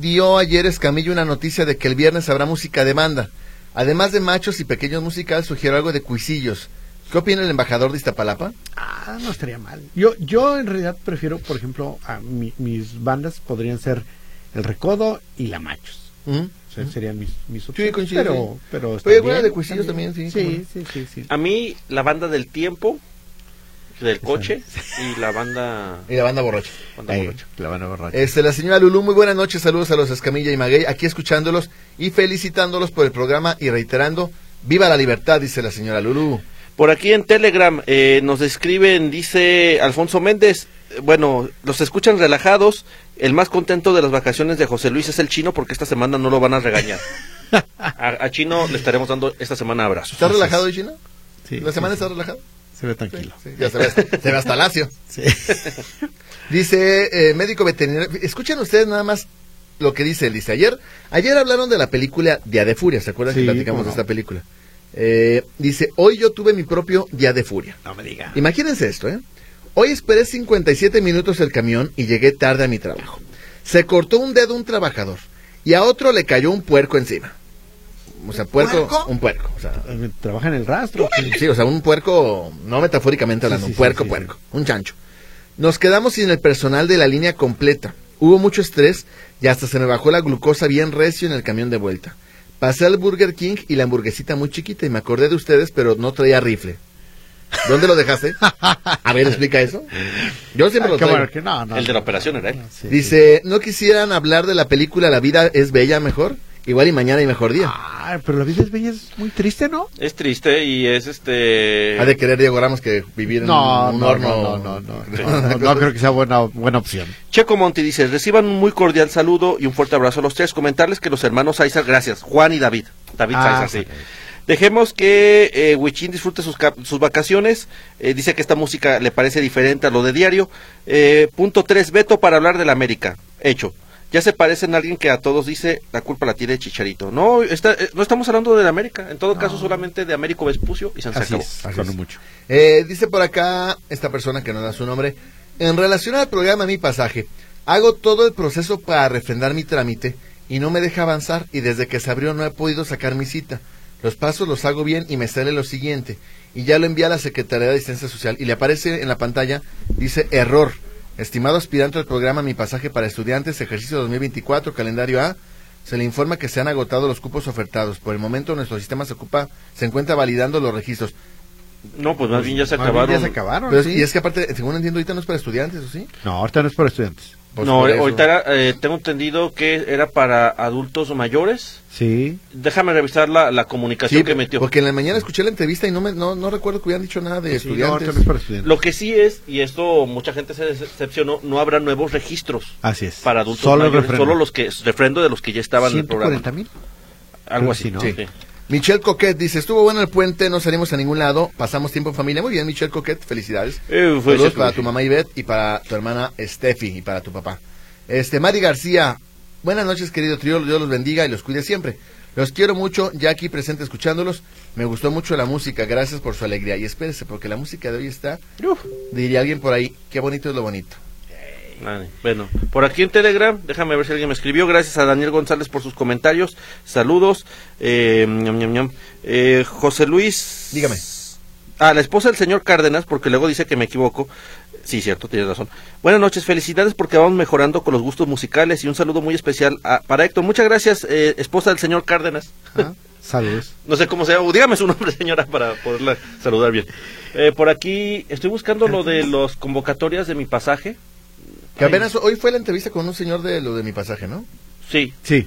S4: Dio ayer Escamillo una noticia de que el viernes habrá música de banda. Además de machos y pequeños musicales, sugiero algo de cuisillos. ¿Qué opina el embajador de Iztapalapa?
S2: Ah, no estaría mal. Yo, yo en realidad prefiero, por ejemplo, a mi- mis bandas podrían ser El Recodo y La Machos.
S4: ¿Mm?
S2: O sea, serían mis, mis
S4: coincido,
S2: Pero,
S4: sí.
S2: pero
S4: Oye,
S2: estaría
S4: bueno,
S2: bien,
S4: de Cuisillos también, sí,
S2: Sí, sí, sí, sí.
S3: A mí, la banda del tiempo del coche y la banda
S4: Y la banda borracha.
S3: Banda borracha.
S2: La van a borrar.
S4: Este, la señora Lulú, muy buenas noches, saludos a los Escamilla y Maguey, aquí escuchándolos y felicitándolos por el programa y reiterando, viva la libertad, dice la señora Lulú.
S3: Por aquí en Telegram eh, nos escriben, dice Alfonso Méndez, eh, bueno, los escuchan relajados, el más contento de las vacaciones de José Luis es el chino porque esta semana no lo van a regañar. A, a Chino le estaremos dando esta semana abrazos.
S4: ¿Estás relajado, China?
S2: Sí,
S4: ¿La
S2: sí,
S4: semana
S2: sí.
S4: está relajada?
S2: Se ve tranquilo.
S4: Sí, ya se ve, se ve hasta lacio.
S2: Sí.
S4: Dice eh, médico veterinario. Escuchen ustedes nada más lo que dice él. Dice ayer, ayer hablaron de la película Día de Furia. ¿Se acuerdan
S2: Sí,
S4: que platicamos
S2: cómo
S4: de
S2: no.
S4: esta película? Eh, dice hoy yo tuve mi propio Día de Furia.
S2: No me diga.
S4: Imagínense esto, ¿eh? Hoy esperé 57 minutos el camión y llegué tarde a mi trabajo. Se cortó un dedo un trabajador y a otro le cayó un puerco encima. O sea, puerco,
S2: puerco?
S4: un puerco. O sea,
S2: Trabaja en el rastro.
S4: Sí, o sea, un puerco, no metafóricamente hablando,
S2: Sí, sí,
S4: un
S2: sí,
S4: puerco,
S2: sí,
S4: puerco, un chancho. Nos quedamos sin el personal de la línea completa. Hubo mucho estrés y hasta se me bajó la glucosa bien recio en el camión de vuelta. Pasé al Burger King y la hamburguesita muy chiquita y me acordé de ustedes, pero no traía rifle. ¿Dónde lo dejaste? A ver, explica eso. Yo siempre lo
S2: Ah, Qué bueno
S4: traigo.
S2: que no, no. Ah,
S3: El de la operación era él.
S2: Sí,
S4: Dice, ¿no quisieran hablar de la película La vida es bella mejor? Igual y mañana y mejor día.
S2: Ah, pero la vida es bella, es muy triste, ¿no?
S3: Es triste y es este...
S4: Ha de querer Diego Ramos que vivir en
S2: No,
S4: un
S2: no, no, no,
S4: horno.
S2: no, no, no, no, no creo que sea buena, buena opción.
S3: Checo Monti dice, reciban un muy cordial saludo y un fuerte abrazo a los tres. Comentarles que los hermanos Aizar, gracias, Juan y David. David
S2: Ah,
S3: Aizar, sí.
S2: ok.
S3: Dejemos que eh, Huichín disfrute sus, cap- sus vacaciones. Eh, dice que esta música le parece diferente a lo de diario. Eh, punto 3, veto para hablar de la América. Hecho. Ya se parecen a alguien que a todos dice la culpa la tiene Chicharito. No, está, eh, no estamos hablando de la América. En todo caso, solamente de Américo Vespucio y se
S2: Así
S3: acabó.
S2: es,
S4: Así
S2: con
S4: es.
S2: mucho.
S4: Eh, dice por acá esta persona que no da su nombre. En relación al programa Mi Pasaje, hago todo el proceso para refrendar mi trámite y no me deja avanzar y desde que se abrió no he podido sacar mi cita. Los pasos los hago bien y me sale lo siguiente. Y ya lo envía a la Secretaría de Asistencia Social y le aparece en la pantalla, dice error. Estimado aspirante al programa Mi Pasaje para Estudiantes, ejercicio 2024, calendario A, se le informa que se han agotado los cupos ofertados. Por el momento nuestro sistema se ocupa, se encuentra validando los registros.
S3: No, pues más bien ya se
S2: Más bien
S3: acabaron.
S2: Ya se acabaron,
S4: Pero es-
S2: sí.
S4: Y es que aparte, según entiendo, ahorita no es para estudiantes, ¿o sí?
S2: No, ahorita no es para estudiantes.
S4: Pues
S3: no,
S4: por eso.
S3: ahorita era, eh, tengo entendido que era para adultos mayores.
S2: Sí.
S3: Déjame revisar la, la comunicación
S4: Sí,
S3: que metió.
S4: porque en la mañana escuché la entrevista y no, me, no, no recuerdo que hubieran dicho nada
S3: Pues
S4: de
S2: Sí, no, ahorita
S4: estudiantes.
S2: no es para estudiantes.
S3: Lo que sí es, y esto mucha gente se decepcionó, no habrá nuevos registros
S2: Así es.
S3: para adultos
S2: Solo
S3: mayores,
S2: refrendo.
S3: solo los que refrendo de los que ya estaban en el programa.
S2: 140 mil.
S3: Algo
S2: Creo
S3: así,
S2: que sí, ¿no?
S3: Sí.
S4: Sí. Michelle Coquet dice, estuvo bueno el puente, no salimos a ningún lado, pasamos tiempo en familia. Muy bien, Michelle Coquet, felicidades.
S3: Eh, fue
S4: Saludos
S3: ese-
S4: para tu mamá Ivette y para tu hermana Steffi y para tu papá. Este, Mari García, buenas noches querido trío, Dios los bendiga y los cuide siempre. Los quiero mucho, ya aquí presente escuchándolos. Me gustó mucho la música, gracias por su alegría. Y espérese, porque la música de hoy está,
S3: Uf.
S4: diría alguien por ahí, qué bonito es lo bonito.
S3: Ay, Bueno, por aquí en Telegram, déjame ver si alguien me escribió. Gracias a Daniel González por sus comentarios. Saludos. Eh, ñam, ñam, ñam. Eh, José Luis.
S4: Dígame.
S3: A la esposa del señor Cárdenas, porque luego dice que me equivoco. Sí, cierto, tienes razón. Buenas noches, felicidades porque vamos mejorando con los gustos musicales y un saludo muy especial a- para Héctor. Muchas gracias, eh, esposa del señor Cárdenas.
S2: Ah, saludos.
S3: No sé cómo sea, o dígame su nombre, señora, para poderla saludar bien. Eh, por aquí estoy buscando lo de las convocatorias de mi pasaje.
S4: Que apenas hoy fue la entrevista con un señor de lo de mi pasaje, ¿no?
S3: Sí,
S2: Sí.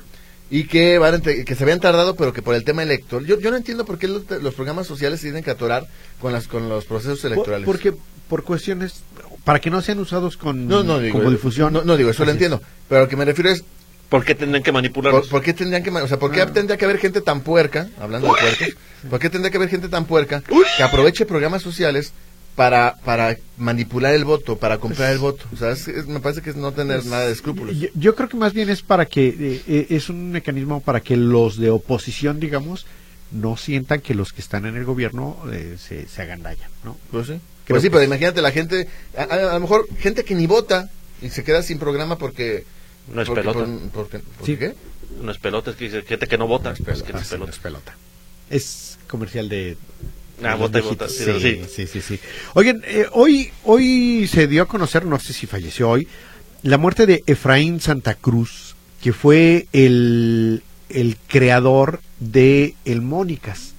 S4: Y que, van a entre- que se habían tardado, pero que por el tema electoral. Yo, yo no entiendo por qué los, los programas sociales se tienen que atorar con, las, con los procesos electorales.
S2: Por- porque por cuestiones para que no sean usados con
S4: No, no, digo,
S2: como difusión.
S4: No, no digo, eso lo
S2: Así es.
S4: entiendo. Pero lo que me refiero es,
S3: ¿por qué tendrán que manipularlos?
S4: ¿por, por qué tendrían que, ma- o sea, por qué tendría que haber gente tan puerca, hablando de puercos, por qué tendría que haber gente tan puerca que aproveche programas sociales para, para manipular el voto, para
S2: Pues
S4: comprar el voto? O sea, es- es- me parece que es no tener nada de escrúpulos.
S2: Yo, yo creo que más bien es para que eh, eh, es un mecanismo para que los de oposición, digamos, no sientan que los que están en el gobierno eh, se, se agandallan, ¿no?
S4: Pues sí.
S2: Creo
S4: Pues sí,
S2: que
S4: pero
S2: sí.
S4: imagínate la gente, a, a- a lo mejor gente que ni vota y se queda sin programa porque...
S3: No es
S4: porque-
S3: pelota.
S4: por- porque- ¿por
S2: Sí.
S4: qué?
S3: No es pelota, es que dice gente que no vota.
S4: No es pelota,
S3: es que no es
S2: Así,
S3: pelota.
S2: es pelota. Es comercial de...
S3: Ah,
S2: de
S3: bota y
S2: los
S3: bota, sí,
S2: viejitos. Sí,
S3: sí.
S2: sí, sí, sí. Oigan, eh, hoy, hoy se dio a conocer, no sé si falleció hoy, la muerte de Efraín Santa Cruz, que fue el, el creador de El Mónicas.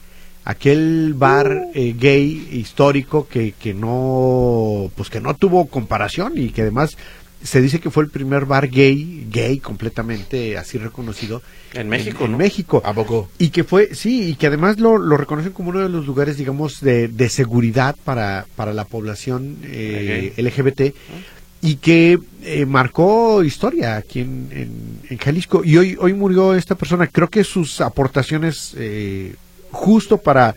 S2: aquel bar eh, gay histórico que, que no pues que no tuvo comparación y que además se dice que fue el primer bar gay gay completamente así reconocido
S3: En México,
S2: en
S3: ¿no?
S2: México
S4: ¿A poco?
S2: y que fue, sí, y que además lo, lo reconocen como uno de los lugares, digamos, de, de seguridad para, para la población eh, LGBT y que eh, marcó historia aquí en, en- en Jalisco. Y hoy, hoy murió esta persona. Creo que sus aportaciones eh, justo para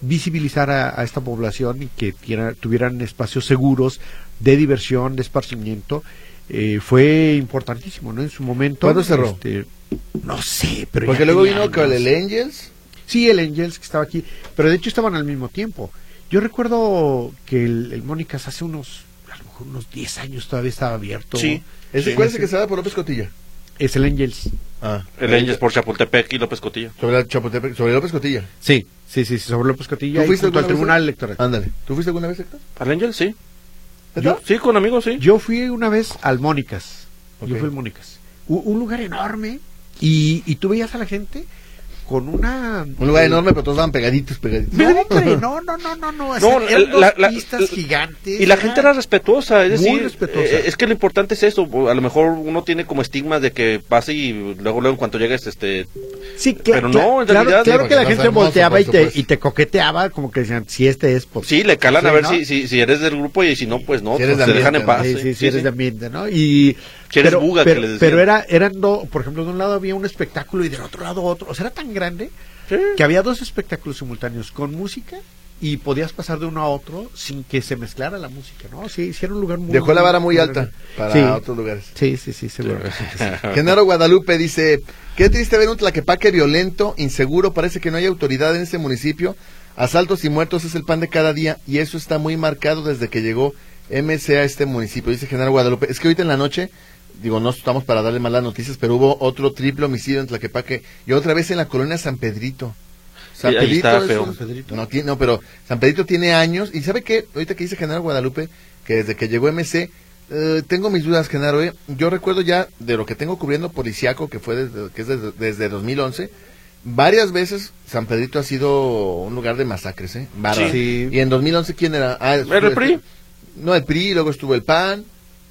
S2: visibilizar a, a esta población y que tiera- tuvieran espacios seguros de diversión, de esparcimiento, eh, fue importantísimo, ¿no? En su momento.
S4: ¿Cuándo cerró?
S2: Este, no sé, pero
S4: Porque
S2: ya
S4: luego
S2: tenía
S4: vino con
S2: años.
S4: el Angels.
S2: Sí, el Angels que estaba aquí, pero de hecho estaban al mismo tiempo. Yo recuerdo que el, el Mónicas hace unos, a lo mejor unos 10 años todavía estaba abierto.
S3: Sí.
S4: Ese,
S3: Sí,
S4: ¿Cuál es
S2: ese.
S4: el que se da por López Cotilla?
S2: Es el Angels.
S4: Ah,
S3: El Angels por Chapultepec y López Cotillo.
S4: Sobre, la Chapultepec- sobre López Cotilla.
S2: Sí, sí, sí, sí, sobre López Cotilla
S4: ¿Tú
S2: y
S4: fuiste
S2: junto al
S4: alguna vez?
S2: Tribunal Electoral.
S4: Ándale. ¿Tú fuiste alguna vez, Héctor?
S3: ¿Al Angels? Sí.
S4: ¿Neta?
S3: Sí, con amigos, sí.
S2: Yo fui una vez al Mónicas.
S4: Ok.
S2: Yo fui al Mónicas. U- Un, lugar enorme y, y tú veías a la gente con una... eh,
S4: Un lugar enorme, pero todos estaban pegaditos, pegaditos.
S2: No, hombre, no, no, no, no, no. o sea,
S3: la-
S2: eran dos
S3: la- la-
S2: pistas
S3: la-
S2: gigantes.
S3: Y la gente era respetuosa, es
S2: Este, Muy
S3: decir,
S2: respetuosa.
S3: eh, es que lo importante es eso, a lo mejor uno tiene como estigma de que pase y luego luego en cuanto llegues este
S2: Sí, cla-
S3: Pero
S2: cla-
S3: no, en
S2: claro,
S3: realidad-
S2: claro que la
S4: Sí,
S2: gente
S4: porque no es
S2: volteaba y
S4: hermoso, por
S2: te,
S4: supuesto.
S2: y te coqueteaba, como que decían, si este es, pues
S3: sí le calan a
S2: Sí,
S3: ver
S2: ¿no?
S3: si, si si eres del grupo y si no pues no,
S4: Si eres
S3: pues,
S4: de
S3: te dejan
S4: ambiente,
S3: en
S2: sí,
S3: paz. sí,
S2: sí, sí,
S3: sí,
S2: eres
S3: sí.
S2: de ambiente, ¿no? Y
S3: Si eres buga, que
S2: pero,
S3: les decían.
S2: pero era, eran dos, por ejemplo, de un lado había un espectáculo y del otro lado otro, o sea, era tan grande
S3: Sí.
S2: que había dos espectáculos simultáneos con música y podías pasar de uno a otro sin que se mezclara la música, ¿no? Sí, sí era un lugar muy...
S4: Dejó la vara muy alta para
S2: sí.
S4: otros lugares.
S2: Sí, sí, sí, seguro. que sí, sí.
S4: Genaro Guadalupe dice, qué triste ver un tlaquepaque violento, inseguro, parece que no hay autoridad en ese municipio. Asaltos y muertos es el pan de cada día y eso está muy marcado desde que llegó MC a este municipio, dice Genaro Guadalupe. Es que ahorita en la noche, digo, no estamos para darle malas noticias, pero hubo otro triple homicidio en Tlaquepaque y otra vez en la colonia San Pedrito. San
S3: Sí, ahí está
S4: es
S3: feo.
S4: un-
S2: San Pedrito.
S4: No, tiene- no, pero San Pedrito tiene años. ¿Y sabe qué? Ahorita que dice Genaro Guadalupe, que desde que llegó MC, eh, tengo mis dudas, Genaro. ¿eh? Yo recuerdo ya de lo que tengo cubriendo policiaco, que, fue desde, que es desde, desde 2011. Varias veces San Pedrito ha sido un lugar de masacres, ¿eh? Bárbaro.
S2: Sí.
S4: Y en 2011, ¿quién era? Ah, estuvo
S3: Era el
S4: este-
S3: PRI.
S4: no, el PRI, luego estuvo el PAN.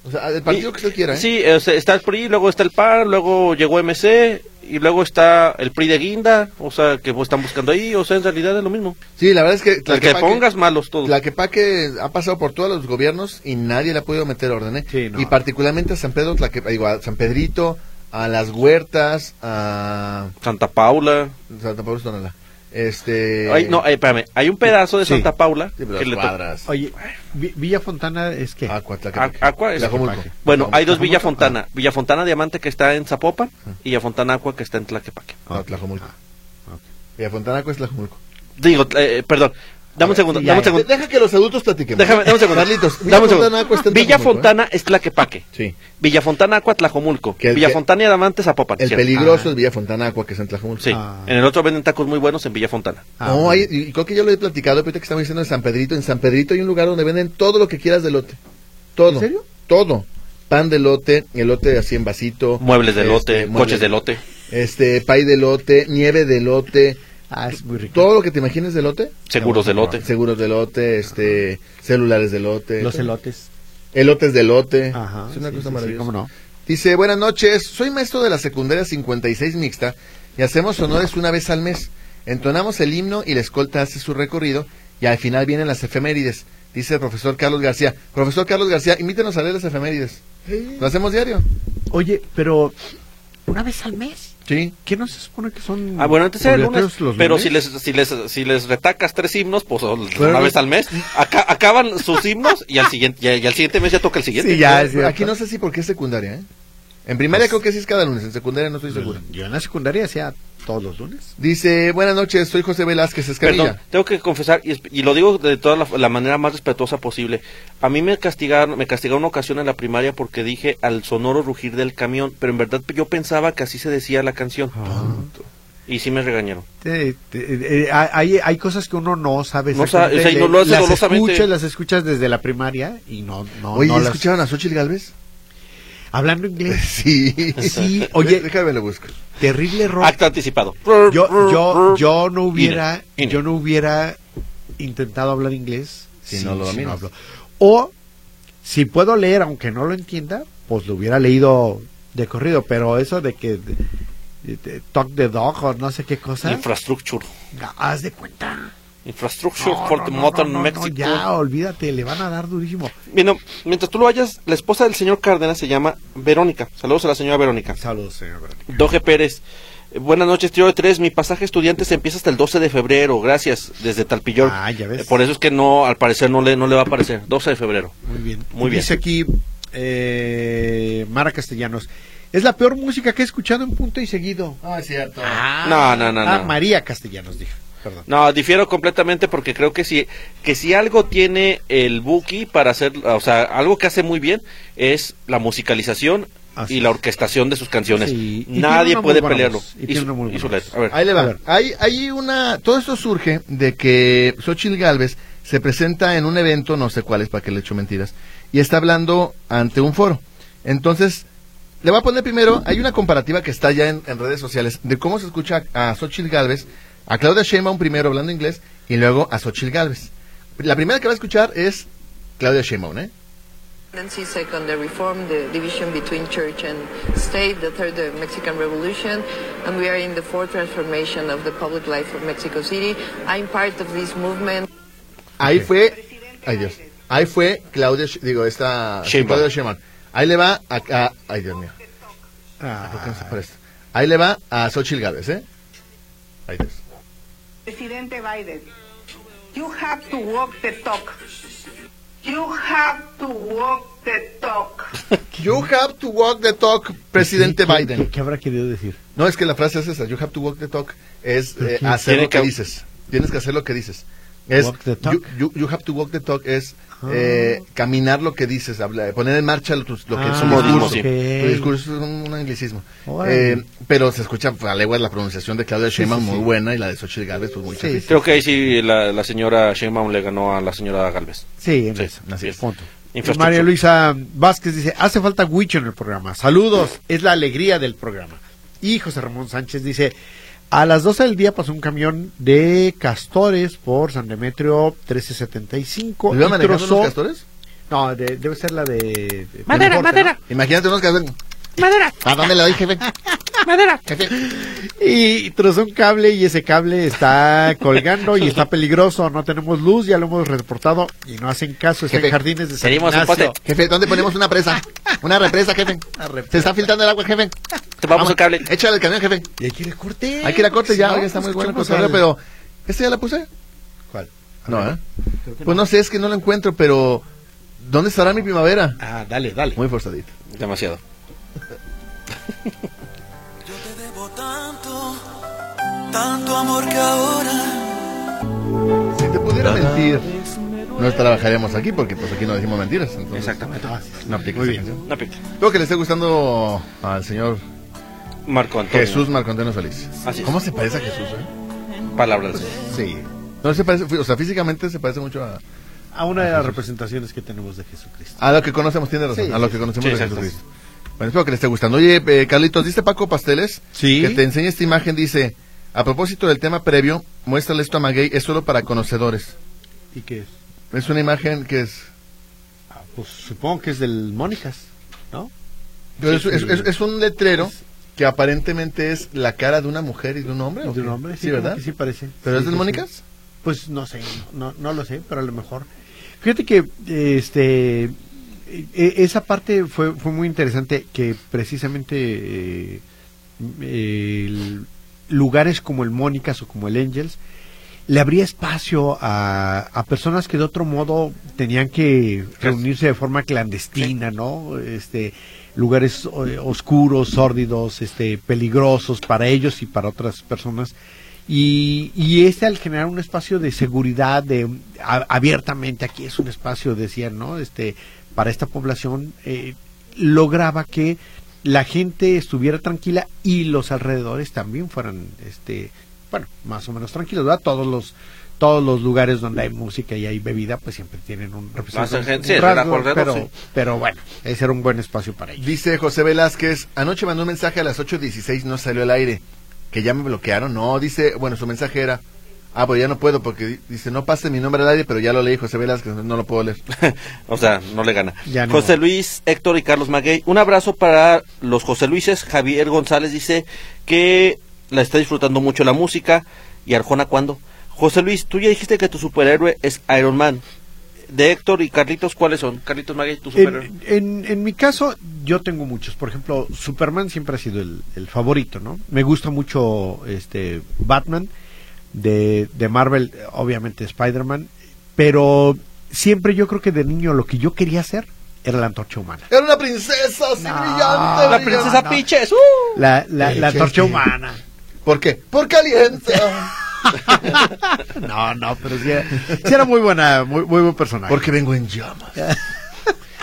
S4: O sea, el partido que usted quiera, ¿eh?
S3: Sí, o sea, está el PRI, luego está el PAN, luego llegó MC y luego está el PRI de Guinda, o sea, que pues, están buscando ahí, o sea, en realidad es lo mismo.
S4: Sí, la verdad es que...
S3: El que
S4: Tlaquepaque-
S3: pongas malos todos.
S4: La Tlaquepaque ha pasado por todos los gobiernos y nadie le ha podido meter orden, ¿eh?
S2: Sí, no.
S4: Y particularmente a San Pedro, Tlaque- digo, a San Pedrito, a las huertas, a
S3: Santa Paula.
S4: Santa Paula Tonalá. Este...
S3: Ay, no, eh, espérame, hay un pedazo de
S2: Sí.
S3: Santa Paula
S4: Sí, pero
S3: que
S4: las
S3: le to-
S4: cuadras.
S2: Oye, Vi- Villa Fontana es que...
S4: Aqua, Tlaquepaque.
S3: A- Aqua es-
S4: Tlajomulco.
S3: Bueno, hay dos
S4: Tlajomulco.
S3: Villa Fontana.
S4: Ah.
S3: Villa Fontana Diamante que está en Zapopan y Villa Fontana Aqua que está en Tlaquepaque.
S4: Ah, no, Tlajomulco.
S2: Ah, ok.
S4: Villa Fontana Aqua es Tlajomulco.
S3: Digo, eh, perdón. Dame un segundo,
S2: sí,
S3: dame un
S2: ya, ya.
S3: segundo.
S4: Deja que los adultos platiquen.
S3: Déjame, dame un segundo.
S4: Carlitos, Villa
S3: dame un segundo.
S4: Fontana Aqua está en
S3: Villa
S4: Tlajomulco, ¿eh?
S3: Fontana es Tlaquepaque.
S4: Sí.
S3: Villa Fontana Aqua Tlajomulco.
S4: Que el-
S3: Villa
S4: que-
S3: Fontana y Diamante Zapopan.
S4: El
S3: ¿cierto?
S4: peligroso
S2: Ah.
S4: es Villa Fontana Aqua, que es en Tlajomulco.
S3: Sí.
S2: Ah.
S3: En el otro venden tacos muy buenos en Villa Fontana.
S2: Ah,
S4: no,
S2: bueno.
S4: hay, y creo que yo lo he platicado, pero ahorita que estamos diciendo en San Pedrito, en San Pedrito hay un lugar donde venden todo lo que quieras de lote. Todo.
S2: ¿En serio?
S4: Todo. Pan de lote, elote así en vasito.
S3: Muebles de lote,
S4: este,
S3: coches
S4: muebles-
S3: de lote.
S4: Este, pay de lote, nieve de lote,
S2: Ah, es muy rico.
S4: todo lo que te imagines de lote.
S3: Seguros de lote.
S4: Seguros de lote, este, celulares de lote.
S2: Los
S4: todo.
S2: elotes.
S4: Elotes de lote.
S2: Ajá,
S4: es una
S2: sí, sí,
S4: cosa
S2: sí,
S4: maravillosa.
S2: cómo no.
S4: Dice, buenas noches, soy maestro de la secundaria 56 mixta y hacemos honores una vez al mes. Entonamos el himno y la escolta hace su recorrido y al final vienen las efemérides. Dice el profesor Carlos García. Profesor Carlos García, invítenos a leer las efemérides. ¿Lo hacemos diario?
S2: Oye, pero una vez al mes.
S4: Sí.
S2: ¿Qué no se supone que son?
S3: Ah, bueno, antes era el lunes,
S2: obligatorios los
S3: pero
S2: lunes?
S3: si les, si, les, si les retacas tres himnos, pues o-
S4: Bueno,
S3: una vez
S4: no-
S3: al mes, aca- acaban sus himnos y al siguiente ya- y al siguiente mes ya toca el siguiente.
S2: Sí, ya,
S4: Pero
S2: es cierto. Pues
S4: Aquí no sé si porque es secundaria, ¿eh? En primaria creo que sí es cada lunes, en secundaria no estoy seguro.
S2: Yo en la secundaria hacía todos los lunes.
S4: Dice, buenas noches, soy José Velázquez Escamilla.
S3: Perdón, tengo que confesar, y, es- y lo digo de toda la, la manera más respetuosa posible. A mí me castigaron, me castigaron una ocasión en la primaria porque dije al sonoro rugir del camión, pero en verdad yo pensaba que así se decía la canción.
S2: Ah.
S3: Y sí me regañaron.
S2: Te- te- eh, hay, hay cosas que uno no sabe.
S3: No
S2: exactamente.
S3: sabe, o sea, y no lo hace
S2: las
S3: dolosamente.
S2: escuchas, las escuchas desde la primaria y no, no,
S4: Oye,
S2: no
S4: ¿ya
S2: las-
S4: ¿escucharon a Xochitl Galvez?
S2: hablando inglés.
S4: Sí.
S2: Sí, oye.
S4: Déjame lo busco.
S2: Terrible error.
S3: Acto anticipado.
S2: Yo, yo, yo no hubiera,
S3: Mm, Ine, ine.
S2: yo no hubiera intentado hablar inglés
S4: Si no lo dominas.
S2: O si puedo leer, aunque no lo entienda, pues lo hubiera leído de corrido. Pero eso de que de- de- de talk the dog o no sé qué cosa,
S3: Infrastructure.
S2: ga- haz de cuenta.
S3: Infrastructure
S2: No,
S3: for
S2: no,
S3: the
S2: no,
S3: modern
S2: no, no,
S3: Mexico.
S2: ya, olvídate, le van a dar durísimo.
S3: Bueno, mientras tú lo hayas, la esposa del señor Cárdenas se llama Verónica. Saludos a la señora Verónica.
S2: Saludos, señor. Verónica.
S3: Doge Pérez. eh, Buenas noches, tío de tres. Mi pasaje estudiantes empieza hasta el 12 de febrero. Gracias, desde Talpillor.
S2: Ah, ya ves.
S3: Eh, Por eso es que no, al parecer no le, no le va a aparecer. 12 de febrero.
S2: Muy bien.
S3: Muy bien.
S2: Dice aquí eh, Mara Castellanos. Es la peor música que he escuchado en punto y seguido.
S4: No, Ah, es cierto.
S3: No, no, no,
S2: Ah,
S3: no.
S2: María Castellanos dijo. Perdón.
S3: No, difiero completamente porque creo que si, que si algo tiene el Buki para hacer, o sea, algo que hace muy bien es la musicalización
S2: Así
S3: y
S2: es.
S3: la orquestación de sus canciones.
S2: Sí, y tiene
S3: Nadie
S2: una
S3: puede
S2: muy buena
S3: pelearlo.
S2: voz, y
S3: Y,
S2: tiene
S3: su,
S2: una muy
S3: y su
S2: buena
S3: letra. A ver.
S4: Ahí le
S2: A
S4: va.
S2: ver.
S4: Hay, hay una. Todo esto surge de que Xochitl Galvez se presenta en un evento, no sé cuál es, para que le echo mentiras, y está hablando ante un foro. Entonces, le voy a poner primero. Hay una comparativa que está ya en, en redes sociales de cómo se escucha a Xochitl Galvez, a Claudia Sheinbaum primero hablando inglés, y luego a Xochitl Galvez. La primera que va a escuchar es Claudia Sheinbaum, ¿eh?
S6: Presidency, second, the reform, the division between church and state, the third, the Mexican Revolution, and we are in the fourth transformation of the public life of Mexico City. I'm part of this movement.
S4: Ahí fue. Ay Dios. Ahí fue Claudia, Sh- digo, esta. sí,
S3: Sheinbaum.
S4: Claudia Sheinbaum. Ahí le va a. a- ay Dios mío. Ah, ¿Por qué no se presta? Ahí le va a Xochitl Gávez, ¿eh? Ahí Dios.
S7: Presidente Biden, you have to walk the talk. You have to walk the talk.
S4: You have to walk the talk, presidente
S2: ¿Qué- ¿Qué,
S4: Biden.
S2: qué habrá querido decir?
S4: No, es que la frase es esa. You have to walk the talk. Es eh,
S2: qué?
S4: hacer
S3: Tiene
S4: lo que
S3: que-
S4: dices. Tienes que hacer lo que dices. Es,
S2: Walk the
S4: you-
S2: talk. Ah.
S4: You, you have to walk the talk es eh, caminar lo que dices, habla- poner en marcha lo, tus- lo que
S2: Ah,
S4: es tu discurso.
S3: ok.
S4: Tu discurso es un, un anglicismo.
S2: Órale.
S4: Eh, pero se escucha a leguas la pronunciación de Claudia Sheinbaum
S2: sí,
S4: muy
S2: sí.
S4: buena y la de Xochitl Gálvez pues muy
S2: Sí,
S4: chafita.
S3: Creo que ahí sí la, la señora Sheinbaum le ganó a la señora Galvez.
S2: Sí, en
S3: Sí,
S2: eso.
S3: así es.
S2: Punto.
S3: Infraestructura.
S2: María Luisa Vázquez dice, hace falta Huicho en el programa. Saludos, es la alegría del programa. Y José Ramón Sánchez dice, a las 12 del día pasó un camión de castores por San Demetrio 1375.
S4: ¿Le iba
S2: y
S4: manejando
S2: trozó-
S4: unos castores?
S2: No, de- debe ser la de... de-
S8: Madera,
S2: del norte,
S8: madera.
S4: Imagínate unos castores.
S8: Madera,
S4: ¿A dónde le doy, jefe?
S8: madera.
S4: Jefe.
S2: Y trozó un cable y ese cable está colgando y está peligroso. No tenemos luz, ya lo hemos reportado y no hacen caso. Está en
S4: Jefe,
S2: jardines de San
S3: pedimos un
S2: Ignacio.
S3: poste.
S4: Jefe, ¿dónde ponemos una presa? Una represa, jefe. Se está filtrando el agua, jefe.
S3: Te vamos
S4: a
S3: al cable.
S4: Échale el camión, jefe.
S2: Y hay que ir a corte.
S4: Hay que ir a corte
S2: porque
S4: ya,
S2: si no,
S4: oye, está muy
S2: pues,
S4: bueno el
S2: ¿cómo
S4: cotorreo,
S2: sale?
S4: pero ¿este ya la puse?
S2: ¿Cuál?
S4: No, ¿eh? Pues no sé, es que no la encuentro, pero ¿dónde estará mi primavera?
S2: Ah, dale, dale.
S4: Muy forzadito.
S3: Demasiado.
S5: Yo te debo tanto, tanto amor que ahora.
S4: Si te pudiera mentir, no trabajaríamos aquí porque pues aquí no decimos mentiras. Entonces,
S3: Exactamente.
S4: No aplica
S2: Muy
S4: esa
S2: bien.
S4: canción.
S3: Una pica.
S4: Espero que le esté gustando al señor
S3: Marco Antonio.
S4: Jesús Marco Antonio Solís.
S3: Así es.
S4: ¿Cómo se parece a Jesús? eh?
S3: Palabra del señor.
S4: Sí. No se parece, o sea, físicamente se parece mucho a,
S2: A una de las representaciones que tenemos de Jesucristo.
S4: a lo que conocemos, tiene razón,
S2: Sí,
S4: a lo
S2: sí,
S4: que
S2: sí.
S4: conocemos
S3: Sí,
S4: de
S3: exacto.
S4: Jesucristo. Bueno, espero que le esté gustando. Oye, eh, Carlitos, ¿diste Paco Pasteles?
S2: Sí.
S4: Que te enseña esta imagen, dice, a propósito del tema previo, muéstrale esto a Maguey, es solo para conocedores.
S2: ¿Y qué es?
S4: Es una imagen que es...
S2: Ah, pues supongo que es del Mónicas, ¿no?
S4: pero
S2: Sí,
S4: es,
S2: sí.
S4: es- es- es un letrero que aparentemente es la cara de una mujer y de un hombre. ¿o
S2: De un
S4: qué?
S2: hombre,
S4: sí,
S2: como
S4: ¿verdad?
S2: que Sí, parece.
S4: ¿Pero
S2: Sí,
S4: es del
S2: sí,
S4: Mónicas?
S2: sí. Pues no sé, no, no lo sé, pero a lo mejor. Fíjate que este e- esa parte fue, fue muy interesante que precisamente eh, el- lugares como el Mónicas o como el Angels le abría espacio a, a personas que de otro modo tenían que reunirse de forma clandestina, ¿no? Este lugares eh, oscuros, sórdidos, este peligrosos para ellos y para otras personas. Y, y este al generar un espacio de seguridad de a- abiertamente aquí es un espacio decían no este para esta población eh, lograba que la gente estuviera tranquila y los alrededores también fueran este bueno más o menos tranquilos ¿verdad? todos los todos los lugares donde hay música y hay bebida, pues siempre tienen un
S3: gente-
S2: representante.
S3: sí, el
S2: rasgo,
S3: Ajuarrero,
S2: pero,
S3: sí.
S2: pero bueno, ese era un buen espacio para ellos.
S4: Dice José Velázquez, anoche mandó un mensaje a las 8.16, no salió al aire. Que ya me bloquearon, no, dice, bueno, su mensaje era, ah, pues ya no puedo porque di- dice, no pase mi nombre al aire, pero ya lo leí José Velázquez, no lo puedo leer.
S3: o sea, no le gana.
S2: Ya no.
S3: José Luis, Héctor y Carlos Maguey. Un abrazo para los José Luises. Javier González dice que la está disfrutando mucho la música. ¿Y Arjona cuándo? José Luis, tú ya dijiste que tu superhéroe es Iron Man. De Héctor y Carlitos, ¿cuáles son? Carlitos Maguey, tu superhéroe.
S2: En, en- en mi caso, yo tengo muchos. Por ejemplo, Superman siempre ha sido el, el favorito, ¿no? Me gusta mucho este Batman, de, de Marvel, obviamente Spider-Man, pero siempre yo creo que de niño lo que yo quería hacer era la antorcha humana.
S4: Era una princesa así
S2: No,
S4: brillante,
S3: la
S4: brillante.
S3: princesa
S2: no.
S3: Piches. ¡uh!
S2: La, la, la
S4: Sí,
S2: antorcha
S4: sí.
S2: humana.
S4: ¿Por qué? Por caliente.
S2: No, no, pero sí era, sí era muy buena, muy, muy buen personaje.
S4: Porque vengo en llamas.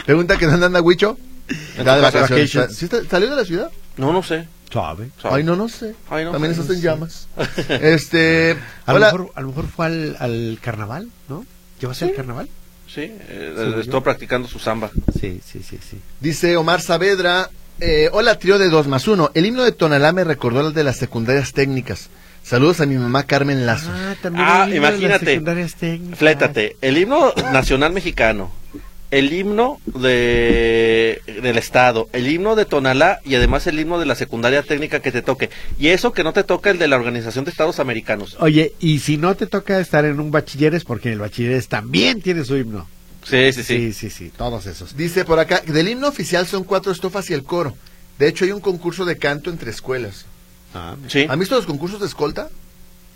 S4: Pregunta que dónde anda Huicho. Está de
S2: casa,
S4: vacaciones.
S2: vacations.
S4: ¿Sí está- ¿Salió de la ciudad?
S3: No, no sé.
S2: Suave.
S3: Sabe.
S4: Ay, no, no sé.
S3: Ay, no,
S4: También
S3: no
S4: eso está en
S3: sé.
S4: llamas. Este,
S2: A lo,
S4: hola.
S2: mejor, a lo mejor fue al, al carnaval, ¿no? ¿Llevas el carnaval?
S3: Sí, eh, estoy practicando su samba.
S2: Sí, sí, sí, sí.
S4: Dice Omar Saavedra, eh, hola trío de 2 más 1. El himno de Tonalá me recordó las de las secundarias técnicas. Saludos a mi mamá Carmen Lazo.
S2: Ah, también
S3: Ah,
S2: hay una de las
S3: imagínate.
S2: secundarias técnicas.
S3: Flétate, el himno nacional mexicano, el himno de del estado, el himno de Tonalá y además el himno de la secundaria técnica que te toque. Y eso que no te toca el de la Organización de Estados Americanos.
S2: Oye, y si no te toca estar en un bachilleres, porque el bachilleres también tiene su himno.
S3: Sí, sí, sí.
S2: sí, sí, sí, todos esos.
S4: Dice por acá, del himno oficial son cuatro estrofas y el coro. De hecho, hay un concurso de canto entre escuelas.
S2: Ah,
S3: Sí,
S4: ¿Han visto los concursos de escolta?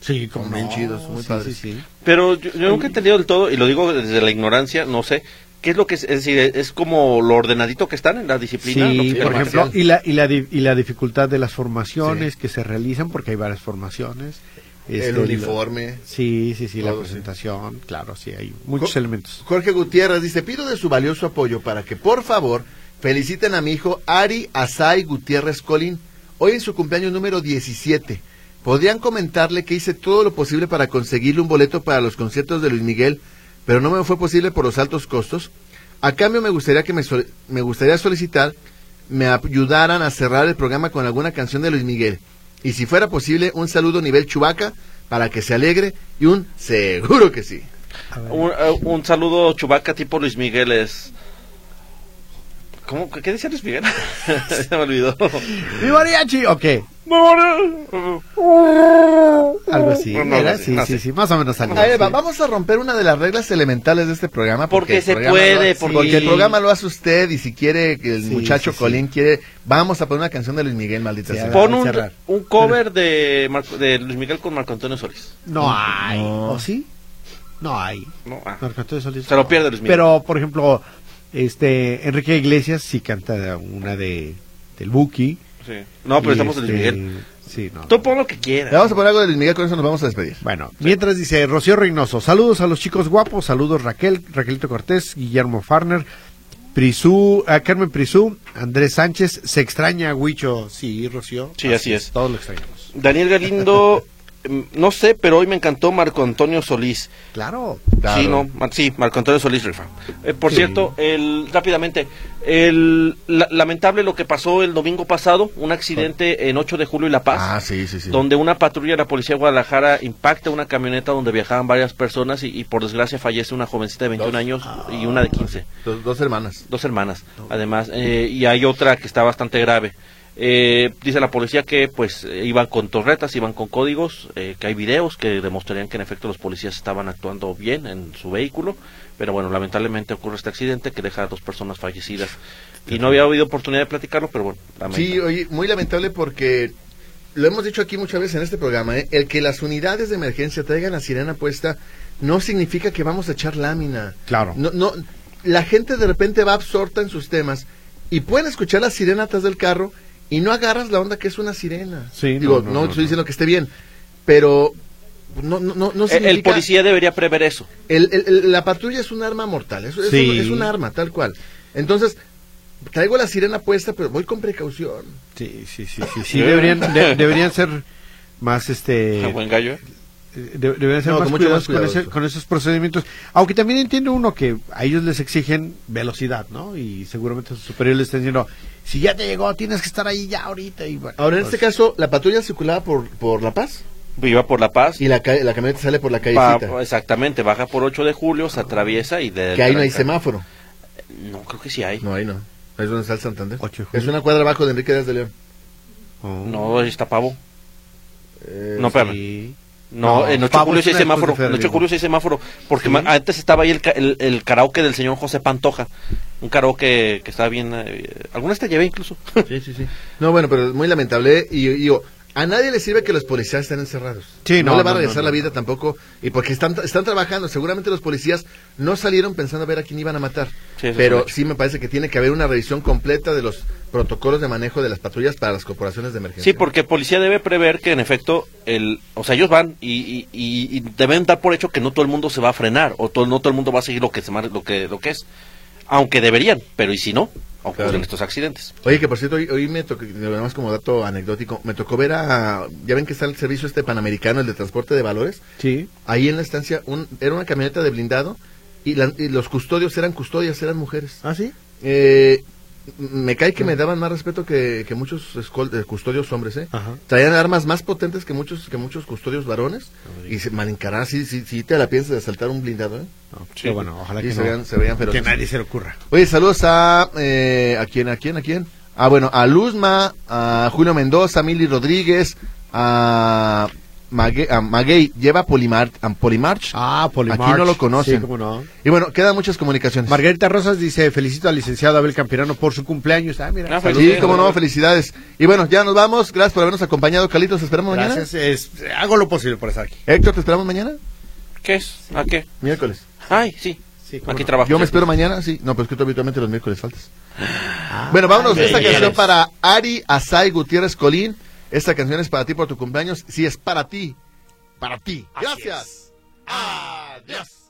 S2: sí, como
S4: Son bien chidos, muy
S2: sí,
S4: padres.
S2: sí, sí.
S3: pero yo, yo nunca he entendido del todo, y lo digo desde la ignorancia, no sé, qué es lo que es, es decir, es como lo ordenadito que están en la disciplina.
S2: Sí,
S3: ¿no?
S2: por
S4: formación.
S2: ejemplo, y la, y, la di- y la dificultad de las formaciones que se realizan, porque hay varias formaciones. Este,
S4: el
S2: lo-
S4: uniforme.
S2: Sí, sí, sí, la
S4: Todo, sí.
S2: presentación, claro, sí, hay muchos
S4: Jo-
S2: elementos.
S4: Jorge Gutiérrez dice, pido de su valioso apoyo para que, por favor, feliciten a mi hijo Ari Asai Gutiérrez Colín, hoy en su cumpleaños número 17. Podrían comentarle que hice todo lo posible para conseguirle un boleto para los conciertos de Luis Miguel, pero no me fue posible por los altos costos. A cambio me gustaría que me, soli- me gustaría solicitar me ayudaran a cerrar el programa con alguna canción de Luis Miguel. Y si fuera posible, un saludo nivel chubaca para que se alegre y un seguro que sí.
S3: Un, eh, un saludo chubaca tipo Luis Miguel es... ¿Cómo? ¿Qué decía Luis Miguel? Se me olvidó.
S2: ¡Mi mariachi! ¿O qué? Algo así.
S3: No, no,
S2: era,
S3: así,
S2: sí,
S3: así.
S2: sí, sí, más o menos algo
S4: A ver, va-
S2: así.
S4: vamos a romper una de las reglas elementales de este programa.
S3: Porque
S4: el
S3: se
S4: programa
S3: puede,
S4: lo hace-
S3: porque-
S4: porque el programa lo hace usted y si quiere que el
S2: Sí,
S4: muchacho
S2: sí, sí.
S4: Colín quiere, vamos a poner una canción de Luis Miguel,
S2: Sí,
S4: maldita
S2: a
S4: sea.
S2: ver.
S3: Pon
S2: Vamos a
S3: un,
S2: cerrar.
S3: un cover de, Marco- de Luis Miguel con Marco Antonio Solís.
S2: No hay.
S4: No.
S2: ¿O sí? No hay.
S3: No, ah.
S2: Marco Antonio Solís.
S3: Se lo pierde Luis Miguel.
S2: Pero, por ejemplo, este Enrique Iglesias sí canta una de del Buki.
S3: Sí. No, pero
S2: Y,
S3: estamos en Luis
S2: este,
S3: Miguel.
S2: Sí, no.
S3: Tú pon lo que
S4: Le
S3: quieras.
S4: vamos a poner algo de Luis Miguel, con eso nos vamos a despedir.
S2: Bueno, mientras dice Rocío Reynoso, saludos a los chicos guapos, saludos Raquel, Raquelito Cortés, Guillermo Farner, Prisú, a Carmen Prisú, Andrés Sánchez, se extraña a Huicho, sí, Rocío.
S3: Sí, así es.
S2: Todos lo extrañamos.
S3: Daniel Galindo, mm, no sé, pero hoy me encantó Marco Antonio Solís.
S2: Claro.
S3: Sí, no, Mar- sí, Marco Antonio Solís rifa. Eh, por
S2: Sí.
S3: cierto, el, rápidamente, el, la- lamentable lo que pasó el domingo pasado, un accidente en 8 de julio y La Paz.
S4: Ah, sí, sí, sí.
S3: donde una patrulla de la policía de Guadalajara impacta una camioneta donde viajaban varias personas y, y por desgracia fallece una jovencita de 21
S4: Dos.
S3: años
S2: Ah.
S3: y una de 15,
S4: Dos, dos hermanas.
S3: dos hermanas además, eh, y hay otra que está bastante grave. Eh, dice la policía que pues eh, iban con torretas, iban con códigos, eh, que hay videos que demostrarían que en efecto los policías estaban actuando bien en su vehículo, pero bueno, lamentablemente ocurre este accidente que deja a dos personas fallecidas y no había habido oportunidad de platicarlo, pero bueno,
S4: Sí,
S3: lamentable.
S4: oye, muy lamentable porque lo hemos dicho aquí muchas veces en este programa, ¿eh? el que las unidades de emergencia traigan la sirena puesta no significa que vamos a echar lámina.
S2: Claro.
S4: No, no, la gente de repente va absorta en sus temas y pueden escuchar la sirena atrás del carro y no agarras la onda que es una sirena.
S2: Sí, no,
S4: Digo,
S2: no,
S4: no,
S2: no,
S4: estoy
S2: no.
S4: diciendo que esté bien, pero no, no, no, no
S3: Eh, El-
S4: significa...
S3: el policía debería prever eso.
S4: El- el- el- la patrulla es un arma mortal, es, es
S2: Sí.
S4: un, es un arma, tal cual. Entonces, traigo la sirena puesta, pero voy con precaución.
S2: Sí, sí, sí, sí, sí, deberían, de- deberían ser más este
S3: Ah, Buen gallo. ¿eh?
S2: eh, de- deberían ser
S4: No,
S2: más
S4: con mucho
S2: cuidadosos
S4: más
S2: con, ese-
S4: cuidadosos.
S2: con esos procedimientos. Aunque también entiendo uno que a ellos les exigen velocidad, ¿no? Y seguramente sus superiores les están diciendo, si ya te llegó, tienes que estar ahí ya ahorita. Y bueno,
S4: Ahora, en
S2: pues,
S4: este caso, la patrulla circulaba por, por La Paz
S3: Iba por La Paz.
S4: y la, ca- la camioneta sale por la
S3: pa-
S4: callecita.
S2: pues,
S3: exactamente, baja por 8 de julio, se atraviesa y de...
S4: que ahí no hay semáforo.
S3: No, creo que sí hay. No,
S4: No, ahí no. Es donde está el Santander.
S2: Ocho de julio.
S4: Es una cuadra abajo de Enrique Díaz de León.
S2: oh,
S3: ahí está Pavo.
S4: Eh,
S3: No, espérame.
S2: sí.
S3: No,
S2: No,
S3: en 8 de
S2: Pavo
S3: julio
S2: es
S3: sí hay
S2: una
S3: semáforo.
S2: cruz de
S3: En 8
S2: Ferry,
S3: de julio sí hay semáforo. Porque
S2: Sí.
S3: ma- antes estaba ahí el, ca- el, el karaoke del señor José Pantoja. Un karaoke que estaba bien. eh, algunas te llevé incluso.
S4: Sí, sí, sí. No, bueno, pero es muy lamentable. Y y digo, a nadie le sirve que los policías estén encerrados.
S2: Sí, no,
S4: le va a
S2: no,
S4: regresar
S2: no,
S4: la
S2: no,
S4: vida
S2: no.
S4: tampoco. Y porque están, están trabajando. Seguramente los policías no salieron pensando a ver a quién iban a matar.
S3: Sí, eso es un
S4: pero
S3: hecho.
S4: sí me parece que tiene que haber una revisión completa de los protocolos de manejo de las patrullas para las corporaciones de emergencia.
S3: Sí, porque policía debe prever que en efecto, el, o sea, ellos van y, y- y- y deben dar por hecho que no todo el mundo se va a frenar o todo, no todo el mundo va a seguir lo que, se, mar- lo que, lo que es. Aunque deberían, pero ¿y si no? Ocurren
S4: Claro.
S3: estos accidentes.
S4: Oye, que por cierto, hoy, hoy me tocó, nada más como dato anecdótico, me tocó ver a, ya ven que está el servicio este panamericano, el de transporte de valores,
S2: Sí.
S4: ahí en la estancia, un, era una camioneta de blindado y, la- y los custodios eran custodias, eran mujeres.
S2: ¿Ah, sí?
S4: Eh, me cae que me daban más respeto que, que muchos escol- eh, custodios hombres, ¿eh?
S2: Ajá.
S4: Traían armas más potentes que muchos que muchos custodios varones y se malencarar, sí, sí, sí te la piensas de asaltar un blindado, ¿eh?
S2: No, qué bueno, ojalá
S4: Sí,
S2: que
S4: se
S2: no.
S4: vean- se vean
S2: que
S4: feroces.
S2: nadie se le ocurra.
S4: Oye, saludos a... eh, ¿A quién, a quién, a quién? Ah, bueno, a Luzma, a Julio Mendoza, a Mili Rodríguez, a... Mague- a Maguey, lleva Polimar, a Polimarch.
S2: Ah, Polimarch.
S4: Aquí no lo conocen.
S2: Sí, cómo no.
S4: Y bueno, quedan muchas comunicaciones.
S2: Margarita Rosas dice, felicito al licenciado Abel Campirano por su cumpleaños. Ah, mira.
S3: Ah,
S2: saludos.
S4: Sí, cómo no, felicidades. Y bueno, ya nos vamos. Gracias por habernos acompañado, Carlitos. Te esperamos mañana.
S2: Gracias. es- hago lo posible por estar aquí.
S4: Héctor, te esperamos mañana.
S3: ¿Qué es? ¿A qué?
S4: Miércoles.
S3: Ay, sí.
S2: Sí, cómo
S3: Aquí
S2: no.
S3: trabajo.
S4: Yo me
S3: siempre.
S4: espero mañana, sí. No, pero es que tú habitualmente los miércoles faltas. bueno, vámonos con esta
S3: Migueles.
S4: canción para Ari Asai Gutiérrez Colín. Esta canción es para ti por tu cumpleaños. Sí, es para ti. Para ti. Gracias. Adiós.